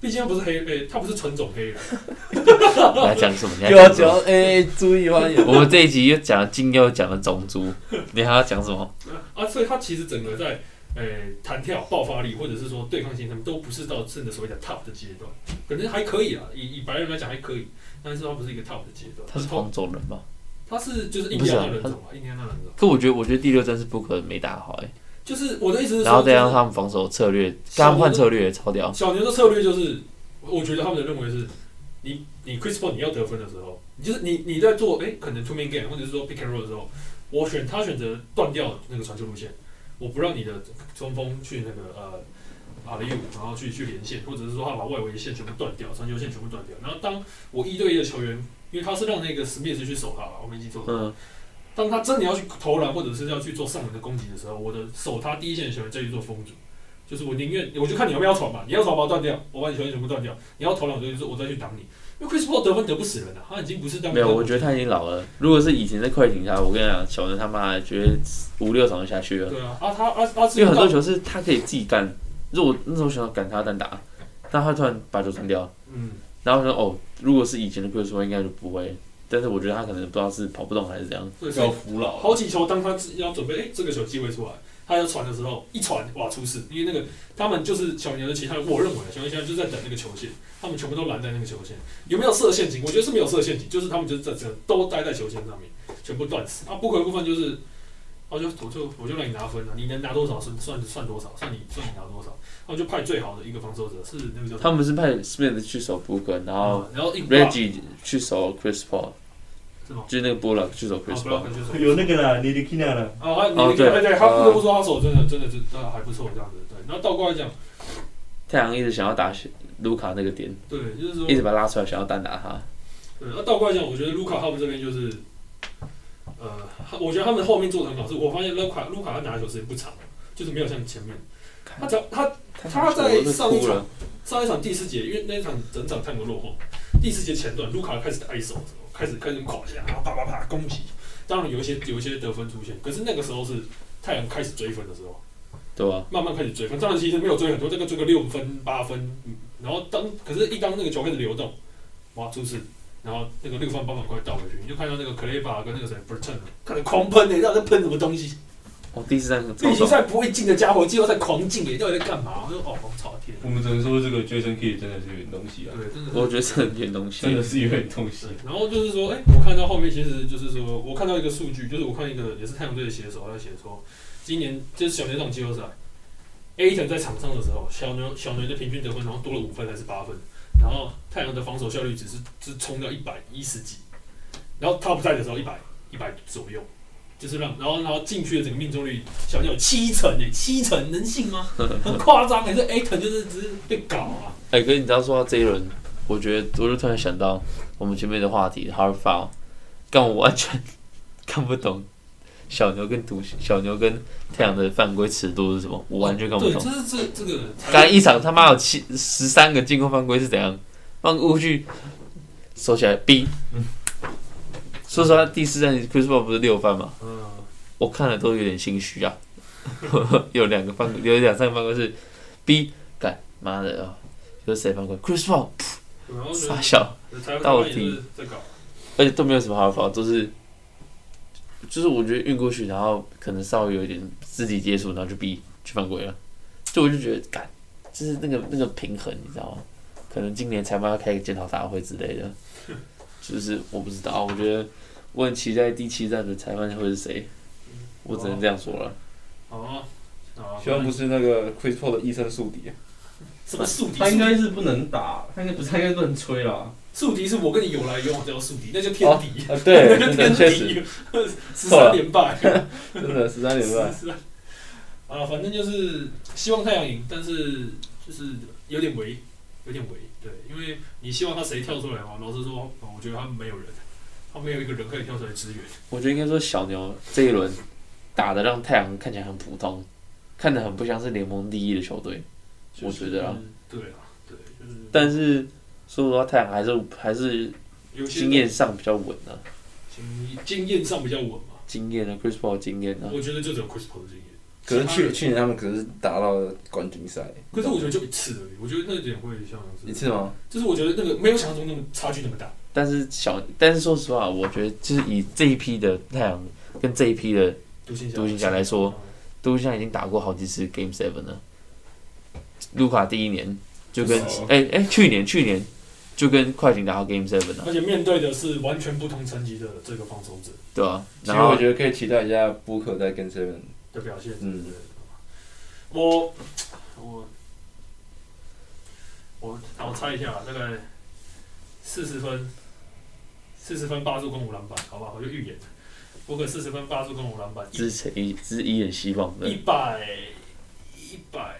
Speaker 1: 毕竟他不是黑，诶、他不是纯种黑人，啊
Speaker 4: 你要讲什么？你
Speaker 2: 又要
Speaker 4: 要讲什
Speaker 2: 讲
Speaker 4: 么？
Speaker 2: 哎，注意欢迎。
Speaker 4: 我们这一集又讲了金，又讲了种族，你还要讲什么？
Speaker 1: 啊，所以他其实整个在诶弹跳、爆发力，或者是说对抗性，他们都不是到真的所谓的 top 的阶段，可能还可以啊，以以白人来讲还可以，但是他不是一个 top 的阶段，
Speaker 4: 他是
Speaker 1: 他
Speaker 4: 黄种人吧？
Speaker 1: 他是就是印
Speaker 4: 不
Speaker 1: 第
Speaker 4: 是啊
Speaker 1: 安纳人种嘛，印第安纳人种，
Speaker 4: 可我觉得，我觉得第六战是不可能没打好哎、
Speaker 1: 就是我的意思是
Speaker 4: 然后
Speaker 1: 说，
Speaker 4: 再让
Speaker 1: 就是
Speaker 4: 他们防守策略，跟他们换策略超屌。
Speaker 1: 小牛的策略就是，我觉得他们的认为是，你你 Chris Paul 你要得分的时候，你就是你你在做诶、哎可能 two man game 或者是说 pick and roll 的时候，我选他选择断掉那个传球路线，我不让你的中锋去那个呃阿里五，然后去去连线，或者是说他把外围线全部断掉，传球线全部断掉。然后当我一对一的球员，因为他是让那个 Smith 去守他嘛，我们已经做到。
Speaker 4: 嗯，
Speaker 1: 当他真的要去投篮或者是要去做上门的攻击的时候，我的守他第一线的球员再去做封阻，就是我宁愿我就看你要不要传吧，你要传把我断掉，我把你球员全部断掉，你要投篮我就去做我再去挡你。因为 Chris Paul 得分得不死人了、他已经不是当
Speaker 4: 没有，我觉得他已经老了。如果是以前在快艇下，我跟你讲，小人他妈的绝对五六场就下去了。
Speaker 1: 对啊，啊他啊啊是
Speaker 4: 因为很多
Speaker 1: 到
Speaker 4: 球是他可以自己干，如果那时候想要赶他单打，但他突然把球传掉，
Speaker 1: 嗯，
Speaker 4: 然后我想哦，如果是以前的 Chris Paul 应该就不会，但是我觉得他可能不知道是跑不动还是怎样，
Speaker 1: 对，所以
Speaker 3: 要服老
Speaker 1: 好几球当他自己要准备，哎、这个球机会出来，他要传的时候一传哇出事，因为那个他们就是小牛的其他人，我认为啊小牛现在就是在等那个球线，他们全部都拦在那个球线，有没有设陷阱？我觉得是没有设陷阱，就是他们就是在这都待在球线上面，全部断死。啊，不可的部分就是。哦我就我就我就让你拿分了、你能拿多少算算算多少，算你算你拿多少，然后就派最好的一个防守者是那个叫什么
Speaker 4: 他们是派 Smith 去守 Booker，然后
Speaker 1: 嗯然后硬挂
Speaker 4: Reggie 去守 Chris Paul，
Speaker 1: 是吗
Speaker 4: 就是那个 Bullock 去守
Speaker 1: 啊
Speaker 4: Chris
Speaker 1: 不要
Speaker 4: Paul，
Speaker 1: 跟就是
Speaker 3: 有那个啦，你的 Kina 啦，
Speaker 1: 啊，还有
Speaker 4: 哦
Speaker 1: 你那个，
Speaker 4: 对
Speaker 1: 哎对，他不得不说他手真的真的是呃还不错这样子，对。然后倒过来讲，
Speaker 4: 太阳一直想要打卢卡那个点，
Speaker 1: 对，就是说
Speaker 4: 一，直把他拉出来想要单打他，
Speaker 1: 对，那倒过来讲，我觉得卢卡他们这边就是，呃，他我觉得他们后面做的很好，是我发现卢卡卢卡他拿的球时间不长，就是没有像前面，他只要他他在上一
Speaker 4: 哭
Speaker 1: 场
Speaker 4: 了，
Speaker 1: 上一场第四节，因为那一场整场泰国落后，第四节前段，卢卡开始挨手的时候，开始开始垮下，然后啪啪啪攻击，当然有一些有一些得分出现，可是那个时候是太阳开始追分的时候。
Speaker 4: 对啊吧？
Speaker 1: 慢慢开始追分。当然，其实没有追很多，这个追个六分、八分，嗯然后当可是，一当那个球开始流动，哇，出事！然后那个六分、八分快倒回去，你就看到那个克雷巴跟那个谁 Burton，看着狂 喷呢、欸，到底在喷什么东西？
Speaker 4: 哦，第四站
Speaker 1: 例
Speaker 4: 超
Speaker 1: 行
Speaker 4: 爽，
Speaker 1: 赛不会进的家伙，季后赛狂进耶、到底在干嘛？我就哦，我操天！
Speaker 3: 我们只能说这个 Jason Kidd 真的是有点东西啊，
Speaker 1: 对，真的是
Speaker 4: 我觉得是很点
Speaker 3: 真
Speaker 4: 东
Speaker 1: 嗯
Speaker 4: 西
Speaker 3: 的，是有点东西
Speaker 1: 是。然后就是说，哎、我看到后面其实就是说我看到一个数据，就是我看一个也是太阳队的写手，他写说，今年就是小牛这场季后赛，A 腾在场上的时候，小牛小牛的平均得分好像多了五分还是八分，然后太阳的防守效率只是只冲到一百一十几，然后他不在的时候一百一百左右。就是让，然后然后禁区的整个命中率，小牛有七成诶、七成能信 吗？很夸张诶、这 A 腾就是只是被搞啊。
Speaker 4: 哎，哥，你知道说到这一轮，我觉得我就突然想到我们前面的话题 Hard Foul，但我完全看不懂小牛跟独小牛跟太阳的犯规尺度是什么，我完全看不
Speaker 1: 对，
Speaker 4: 懂
Speaker 1: 这。是这这个才
Speaker 4: 刚才一场他妈有七十三个进攻犯规是怎样？放过去收起来逼。说实话，第四站 Chris Paul 不是六犯吗？
Speaker 1: 嗯。
Speaker 4: 我看了都有点心虚啊。 有两个犯规，有两三个犯规是逼，干妈的哦，有谁犯规？Chris Paul
Speaker 1: 然后就是
Speaker 4: 傻笑，
Speaker 1: 台
Speaker 4: 到
Speaker 1: 湾
Speaker 4: 底
Speaker 1: 也是在搞，
Speaker 4: 而且都没有什么好 foul，都是就是我觉得运过去，然后可能稍微有一点肢体接触，然后就逼去犯规了。就我就觉得，干，就是那个那个平衡，你知道吗？可能今年裁判要开个检讨大会之类的，就是我不知道，我觉得我很期待第七站的裁判会是谁，我只能这样说了。
Speaker 1: 好啊，啊
Speaker 2: 希望不是那个 Chris Paul 的医生宿敌。
Speaker 1: 什么宿敌，
Speaker 3: 他应该是不能打，他应该不是，他应该不能吹啦。
Speaker 1: 宿敌是我跟你有来有往叫宿敌，那叫天敌，
Speaker 4: 哦
Speaker 2: 啊，对，
Speaker 1: 那
Speaker 2: 真
Speaker 1: 叫
Speaker 2: 的确
Speaker 1: 天敌，
Speaker 2: 实，
Speaker 1: 十三连败，
Speaker 2: 真的十三连败。
Speaker 1: 是 啊，啊，反正就是希望太阳赢，但是就是有点违，有点违，对，因为你希望他谁跳出来嘛，老实说，哦我觉得他们没有人，他没有一个人可以跳出来支援，
Speaker 4: 我觉得应该说小牛这一轮打的让太阳看起来很普通，看得很不像是联盟第一的球队，我觉得啊。
Speaker 1: 就是，对啊，对，就是，
Speaker 4: 但是说实话，太阳还是还是
Speaker 1: 有些
Speaker 4: 经验上比较稳啊，
Speaker 1: 经经验上比较稳嘛，
Speaker 4: 经验啊，Chris Paul 经验啊，
Speaker 1: 我觉得就只有 Chris Paul 的经验。
Speaker 2: 可是去去年他们可是打到冠军赛
Speaker 1: 可是我觉得就一次而已，我觉得那一点会像
Speaker 2: 一
Speaker 1: 是，
Speaker 2: 次吗？
Speaker 1: 就是我觉得那个没有想象中那么差距那么大。
Speaker 4: 但是小，但是说实话，我觉得就是以这一批的太阳跟这一批的
Speaker 1: 独行侠，
Speaker 4: 独行侠来说，都像已经打过好几次 Game Seven 了。卢卡第一年就跟
Speaker 2: 哦
Speaker 4: 哎哎、去年去年就跟快艇打到 Game Seven 了，
Speaker 1: 而且面对的是完全不同层级的这个防守者
Speaker 4: 对吧、
Speaker 2: 其
Speaker 4: 然
Speaker 2: 实我
Speaker 4: 后
Speaker 2: 觉得可以期待一下 Booker 在跟 Seven
Speaker 1: 的表现。
Speaker 2: 嗯
Speaker 1: 对，我我我我猜一下，大概四十分，四十分八助攻五篮板，好吧，我就预言，我可四十分八助攻五篮板，
Speaker 4: 只是一只是一眼希望的
Speaker 1: 一，百一百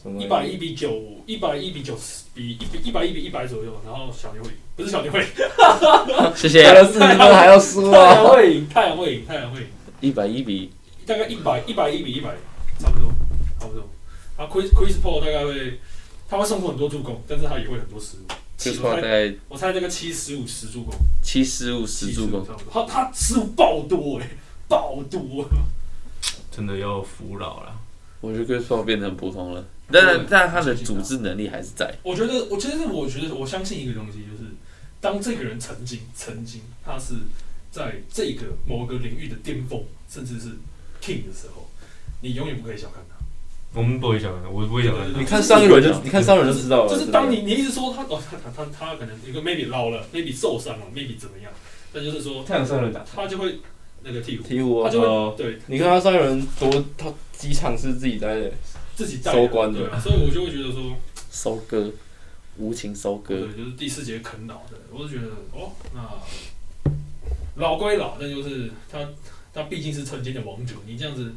Speaker 2: 什么
Speaker 1: 一百一比九，一百一比九十，比一比一百一比一百左右，然后小牛赢，不是小牛赢，
Speaker 4: 谢
Speaker 2: 打了
Speaker 4: 谢。
Speaker 2: 四十分还要输
Speaker 1: 太阳
Speaker 2: 啊！
Speaker 1: 会赢，太阳会赢，太阳会赢。
Speaker 4: 一百一比
Speaker 1: 大概一百一百一比一百，差不多，差不多。啊，Chris Chris Paul 大概会，他会送出很多助攻，但是他也会很多失误。
Speaker 4: 就是
Speaker 1: 我
Speaker 4: 话大
Speaker 1: 猜
Speaker 4: 概
Speaker 1: 我猜这个七十五十助攻，
Speaker 4: 七失误十助攻，
Speaker 1: 差不多。他他失误爆多哎、爆多。
Speaker 3: 真的要服老了。
Speaker 4: 我觉得 Chris Paul 变得很普通了，但但他的组织能力还是在。
Speaker 1: 我觉得，我其实我觉得我相信一个东西，就是当这个人曾经曾经他是在这个某个领域的巅峰，甚至是 king 的时候，你永远不可以小看他。
Speaker 3: 我们不会想的，我不会想的。
Speaker 2: 你看上一轮就你看上一哦轮就知道了，
Speaker 1: 就是
Speaker 2: 真的
Speaker 1: 当你你一直说他哦，他他他他可能一个 maybe 老了，maybe 受伤了，maybe 怎么样，但就是说
Speaker 2: 太阳上一轮打
Speaker 1: 他就会那个替补，
Speaker 2: 鹈鹕
Speaker 1: 他就
Speaker 2: 啊
Speaker 1: 会，对
Speaker 2: 你看他上一轮多，他几场是自己待的，
Speaker 1: 自己带
Speaker 2: 收官的
Speaker 1: 对啊，所以我就会觉得说，
Speaker 4: 收割，无情收割
Speaker 1: 对，。就是第四节啃老的，我就觉得哦，那老归老，但就是他他毕竟是曾经的王者，你这样子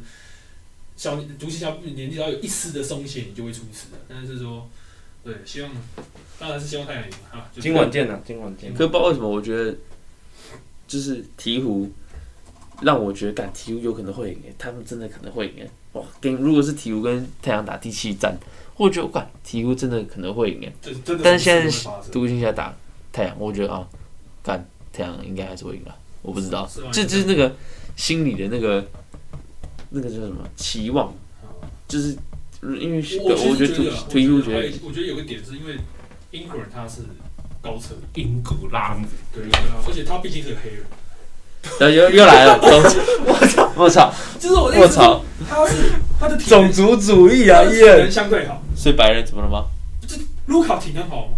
Speaker 1: 小独行侠年纪只要有一丝的松懈，你就会出事的。但是说，对，希望当然是希望太阳赢啊，就是
Speaker 2: 今晚见啊，今晚见。
Speaker 4: 可不知道为什么，我觉得就是鹈鹕让我觉得，感鹈鹕有可能会赢欸，他们真的可能会赢欸。哇，跟如果是鹈鹕跟太阳打第七战，我觉得哇，鹈鹕真的可能会赢欸。
Speaker 1: 这真的
Speaker 4: 但是现
Speaker 1: 什么
Speaker 4: 在
Speaker 1: 事都会发生
Speaker 4: 独行侠打太阳，我觉得啊，干太阳应该还是会赢吧，我不知道
Speaker 1: 是吗，
Speaker 4: 这就是那个心里的那个那个叫什么期望，就是因为
Speaker 1: 我其实
Speaker 4: 觉
Speaker 1: 觉
Speaker 4: 得独
Speaker 1: 得啊，
Speaker 4: 鹈鹕
Speaker 1: 我觉
Speaker 4: 觉得
Speaker 1: 得还我觉得有个点是因为英国人他是高层，
Speaker 3: 英格拉姆，
Speaker 1: 对，而且他毕竟是个黑人，
Speaker 4: 然后又又来 了，我操！我操！
Speaker 1: 就是我的意
Speaker 4: 我
Speaker 1: 思是说
Speaker 4: 操！
Speaker 1: 他是他的体
Speaker 2: 种
Speaker 1: 能
Speaker 2: 族主义
Speaker 1: 他
Speaker 2: 啊，
Speaker 1: 的
Speaker 2: 伊
Speaker 1: 体
Speaker 2: 人，
Speaker 1: 能相对好，
Speaker 4: 所以白人怎么了吗？
Speaker 1: 卢卡体能好吗？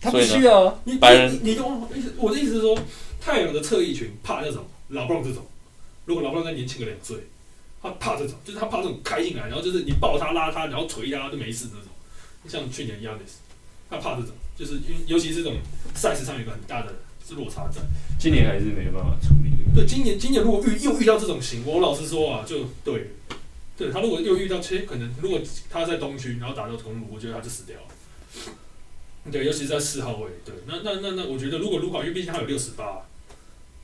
Speaker 2: 他不需要啊。
Speaker 1: 你
Speaker 4: 白人
Speaker 1: 你你懂我意思？我的意思是说，太阳的侧翼群怕那种老布朗这种，如果老布朗再年轻个两岁，他怕这种，就是他怕这种开进来，然后就是你抱他拉他，然后捶他就没事那种。像去年 Yanis，他怕这种，就是因为尤其是这种赛事上有一个很大的是落差在。
Speaker 3: 今年还是没办法处理这个。
Speaker 1: 对，今年今年如果遇又遇到这种型，我老实说啊，就对了，对他如果又遇到，其实可能如果他在东区，然后打到公路，我觉得他就死掉了。对，尤其是在四号位，对，那那那那，我觉得如果卢卡，因为毕竟他有六十八，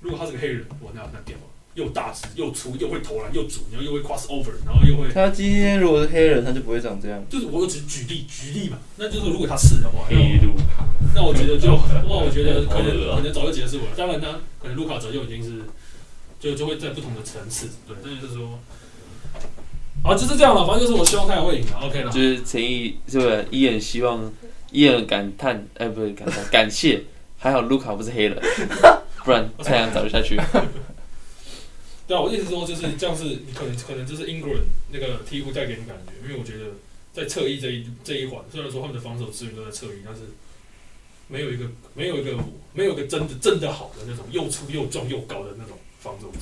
Speaker 1: 如果他是个黑人，哇，那那屌了，又大只又粗又会投篮又主，然后又会 cross over，然后又会，
Speaker 2: 他今天如果是黑人，他就不会长这样。
Speaker 1: 就是我只举例举例嘛，那就是如果他是的话，那我
Speaker 3: 黑路卡，
Speaker 1: 那我觉得 就，哇，我觉得可
Speaker 3: 好恶
Speaker 1: 能
Speaker 3: 啊
Speaker 1: 可能早就结束了。当然呢，可能卢卡早就已经是，就就会在不同的层次，对，但就是说，啊，就是这样了。反正就是我希望太阳会赢了，OK 了
Speaker 4: 就。是陈毅是不是依然希望，依然感叹，哎，不是感叹，感谢，还好卢卡不是黑 人，不然太阳早就下 去。
Speaker 1: 对啊，我意思说就是这样是，你可能可能就是英国人那个鹈鹕带给你感觉，因为我觉得在侧翼这一这一环，虽然说他们的防守资源都在侧翼，但是没有一个没有一个没有一个真的真的好的那种又粗又壮又高的那种防守者。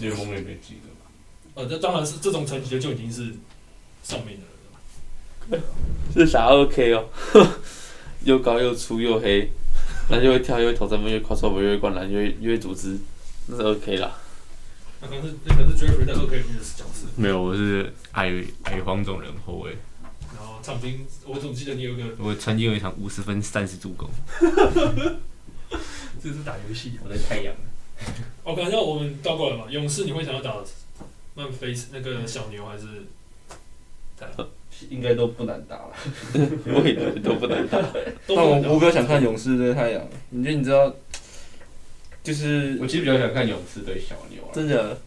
Speaker 3: 联盟也没几个吧。
Speaker 1: 呃，那当然是这种层级的就已经是上面的人了。
Speaker 4: 这啥 OK 哦， 又高又粗又黑，然后又会跳又会投三分，又会 crossover 又会灌篮又会又会组织，那是 OK 啦。
Speaker 1: 那可能是那可能是 Jeffrey 在 OK 里面的角色，
Speaker 3: 没有，我是矮矮黄种人后卫。
Speaker 1: 然后场均，我总记得你有一个
Speaker 3: 我曾经有一场五十分三十助 攻。
Speaker 1: 这是打游戏。
Speaker 3: 我的太阳。
Speaker 1: OK，那我们倒过来嘛，勇士你会想要打曼菲斯那个小牛还是？
Speaker 2: 应该都不难打了。
Speaker 4: 我也觉得都不能打，
Speaker 1: 都
Speaker 2: 但
Speaker 1: 不
Speaker 2: 我
Speaker 1: 能打
Speaker 2: 我比较想看勇士对太阳，你觉得你知道，就是
Speaker 3: 我其实比较想看勇士对小牛啊。
Speaker 2: 真的，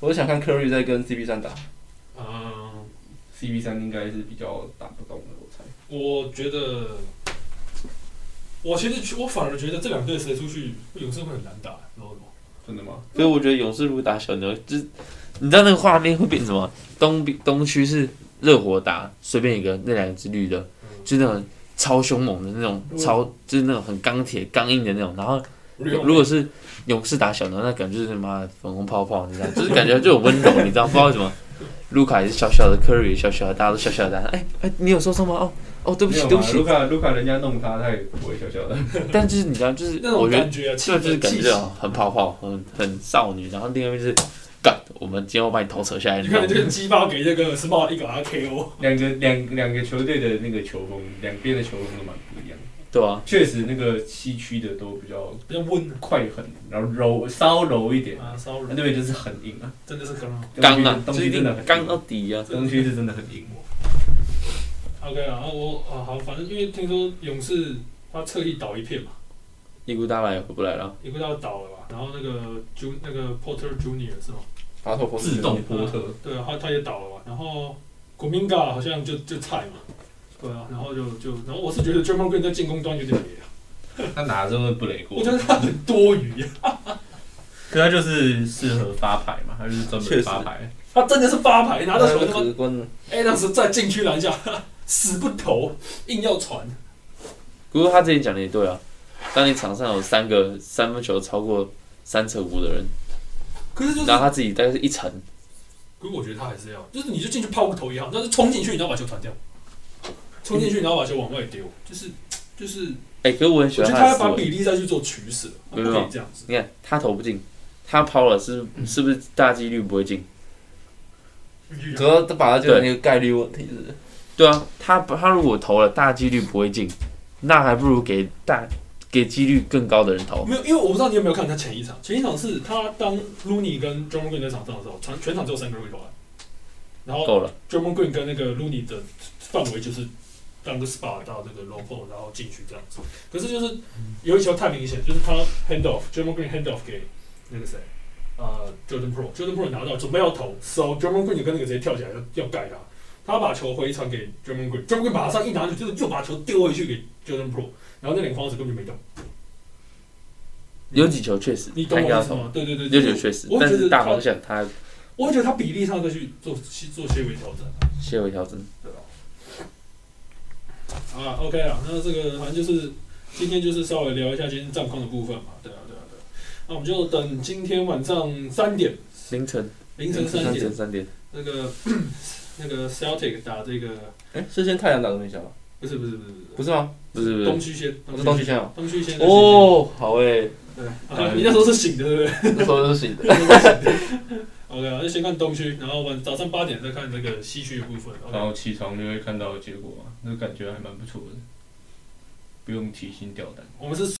Speaker 2: 我想看 Curry 在跟 CP 三打。
Speaker 1: 嗯，
Speaker 6: CB 三应该是比较打不动的，我猜。
Speaker 1: 我觉得，我其实我反而觉得这两队谁出去，勇士会很难打，你知道吗？
Speaker 6: 真的吗？
Speaker 4: 所以我觉得勇士如果打小牛，就是你知道那个画面会变成什么？东东区是热火打随便一个，那两个是绿的，
Speaker 6: 嗯
Speaker 4: 就是那种超凶猛的那种，超就是那种很钢铁刚硬的那种。然后如果是勇士打小牛，那感觉就是妈的粉红泡泡，你知道，就是感觉就很温柔，你知道，不知道 为什么。卢卡也是小小的，Curry 也小小的，大家都小小的。哎哎，你有受伤吗？哦哦，对不
Speaker 6: 没
Speaker 4: 起
Speaker 6: 有
Speaker 4: 对不
Speaker 6: 嘛，
Speaker 4: 起
Speaker 6: 卢。卡卢卡人家弄他，他也不会笑笑的。
Speaker 4: 但就是你知道，就是
Speaker 1: 那种
Speaker 4: 我觉得
Speaker 1: 感觉啊，气
Speaker 4: 这就是感
Speaker 1: 气
Speaker 4: 觉
Speaker 1: 息
Speaker 4: 这种很泡泡，很很少女，然后另外一边就是干，我们今天我把你头扯下来，
Speaker 1: 你
Speaker 4: 你
Speaker 1: 看
Speaker 4: 看
Speaker 1: 这个鸡巴给这个 smart 一个哦 RKO，
Speaker 6: 两个两两个球队的那个球风，两边的球风都蛮不一样的。
Speaker 4: 对啊，
Speaker 6: 确实，那个西区的都比较
Speaker 1: 比较温
Speaker 6: 快狠，然后柔稍柔一点，
Speaker 1: 啊，骚
Speaker 6: 那
Speaker 1: 扰，
Speaker 6: 那边就是很硬啊。
Speaker 1: 真的是刚好。
Speaker 4: 刚啊，
Speaker 6: 东
Speaker 4: 就
Speaker 6: 西
Speaker 4: 一
Speaker 6: 真
Speaker 4: 定
Speaker 6: 的很硬
Speaker 4: 刚到底啊，
Speaker 6: 东区是真的很硬。
Speaker 1: OK 啊，啊我啊好，反正因为听说勇士他侧翼倒一片嘛，
Speaker 4: 尼古达拉也回不来了，
Speaker 1: 一个要倒了吧，然后那个 Ju 那个 Porter Junior 是吗？
Speaker 2: 打头波
Speaker 3: 自动波特，
Speaker 1: 对啊，他他也倒了嘛，然后 g o m i n g a 好像就就菜嘛，对啊，然后就就然后我是觉得 j a m a l Green 在进攻端有点野啊，
Speaker 6: 他哪真的不雷过
Speaker 1: 我觉得他很多余啊，
Speaker 6: 可他就是适合发牌嘛，他就是专
Speaker 2: 确
Speaker 6: 门
Speaker 2: 实
Speaker 6: 发牌。
Speaker 1: 他真的是发牌拿到球他妈
Speaker 2: 可观，
Speaker 1: 哎当时在禁区篮下死不投，硬要传，
Speaker 4: 不过他之前讲的也对啊，当你场上有三个三分球超过三成五的人，
Speaker 1: 可是就是
Speaker 4: 然后他自己大概是一层，
Speaker 1: 可是我觉得他还是要，就是你就进去抛个头也好，但是冲进去你要把球传掉，冲进去你要把球往外丢，就是就是，
Speaker 4: 哎，可是我很喜
Speaker 1: 我觉得
Speaker 4: 欢
Speaker 1: 他
Speaker 4: 他
Speaker 1: 要
Speaker 4: 的思
Speaker 1: 把
Speaker 4: 维，
Speaker 1: 比例再去做取舍，他不可以这样子。
Speaker 4: 你看他投不进，他抛了是是不是大几率不会进？
Speaker 2: 主要他把它就是那个概率问题，是不是
Speaker 4: 对啊，他他如果投了，大几率不会进，那还不如给大给几率更高的人投。
Speaker 1: 没有，因为我不知道你有没有看他前一场，前一场是他当 Looney 跟 John Green 在场上的时候，全全场只有三个人会投篮，然后
Speaker 4: 够了，
Speaker 1: John Green 跟那个 Looney 的范围就是当个 SPA 到那个 low p o 然后进去这样子。可是就是有一球太明显，就是他 hand off，John Green hand off 给那个谁，呃，Jordan Pro，Jordan Pro 拿到准备要投，so Jordan Green 就跟那个直接跳起来要要盖他，他把球回传给 Jordan Green，Jordan Green 马上一拿就就就把球丢回去给 Jordan Pro，然后那两个方式根本就没动。
Speaker 4: 有几球确实
Speaker 1: 你懂
Speaker 4: 他
Speaker 1: 我
Speaker 4: 应该要
Speaker 1: 意思
Speaker 4: 投，
Speaker 1: 吗？对对对，
Speaker 4: 有
Speaker 1: 就
Speaker 4: 几球
Speaker 1: 是
Speaker 4: 确实
Speaker 1: 我，会
Speaker 4: 但
Speaker 1: 觉得
Speaker 4: 是大
Speaker 1: 他
Speaker 4: 方向他
Speaker 1: 我会觉得他比例上再去做做些微调整
Speaker 4: 先有调整。
Speaker 1: 啊。OK 啊，那这个反正就是今天就是稍微聊一下今天战况的部分嘛，对啊对啊对啊。那我们就等今天晚上三点，
Speaker 4: 凌晨
Speaker 1: 凌晨三
Speaker 4: 三
Speaker 1: 点，
Speaker 4: 三点，
Speaker 1: 那个 那个 Celtic 打这个
Speaker 2: 哎，是先太阳打东区先吗？
Speaker 1: 不是不是不是
Speaker 2: 不是吗？
Speaker 4: 不是不哦
Speaker 1: 东
Speaker 4: 是，
Speaker 1: 区先，
Speaker 2: 我是东区先啊。
Speaker 1: 东区先，
Speaker 2: 哦，好诶，
Speaker 1: 对，啊你那时候是醒的对不对？
Speaker 2: 那时候是醒的。
Speaker 1: OK 啊，就先看东区，然后晚早上八点再看那个西区的部分。OK，
Speaker 6: 然后起床就会看到结果啊，那感觉还蛮不错的，不用提心吊胆。
Speaker 1: 我们是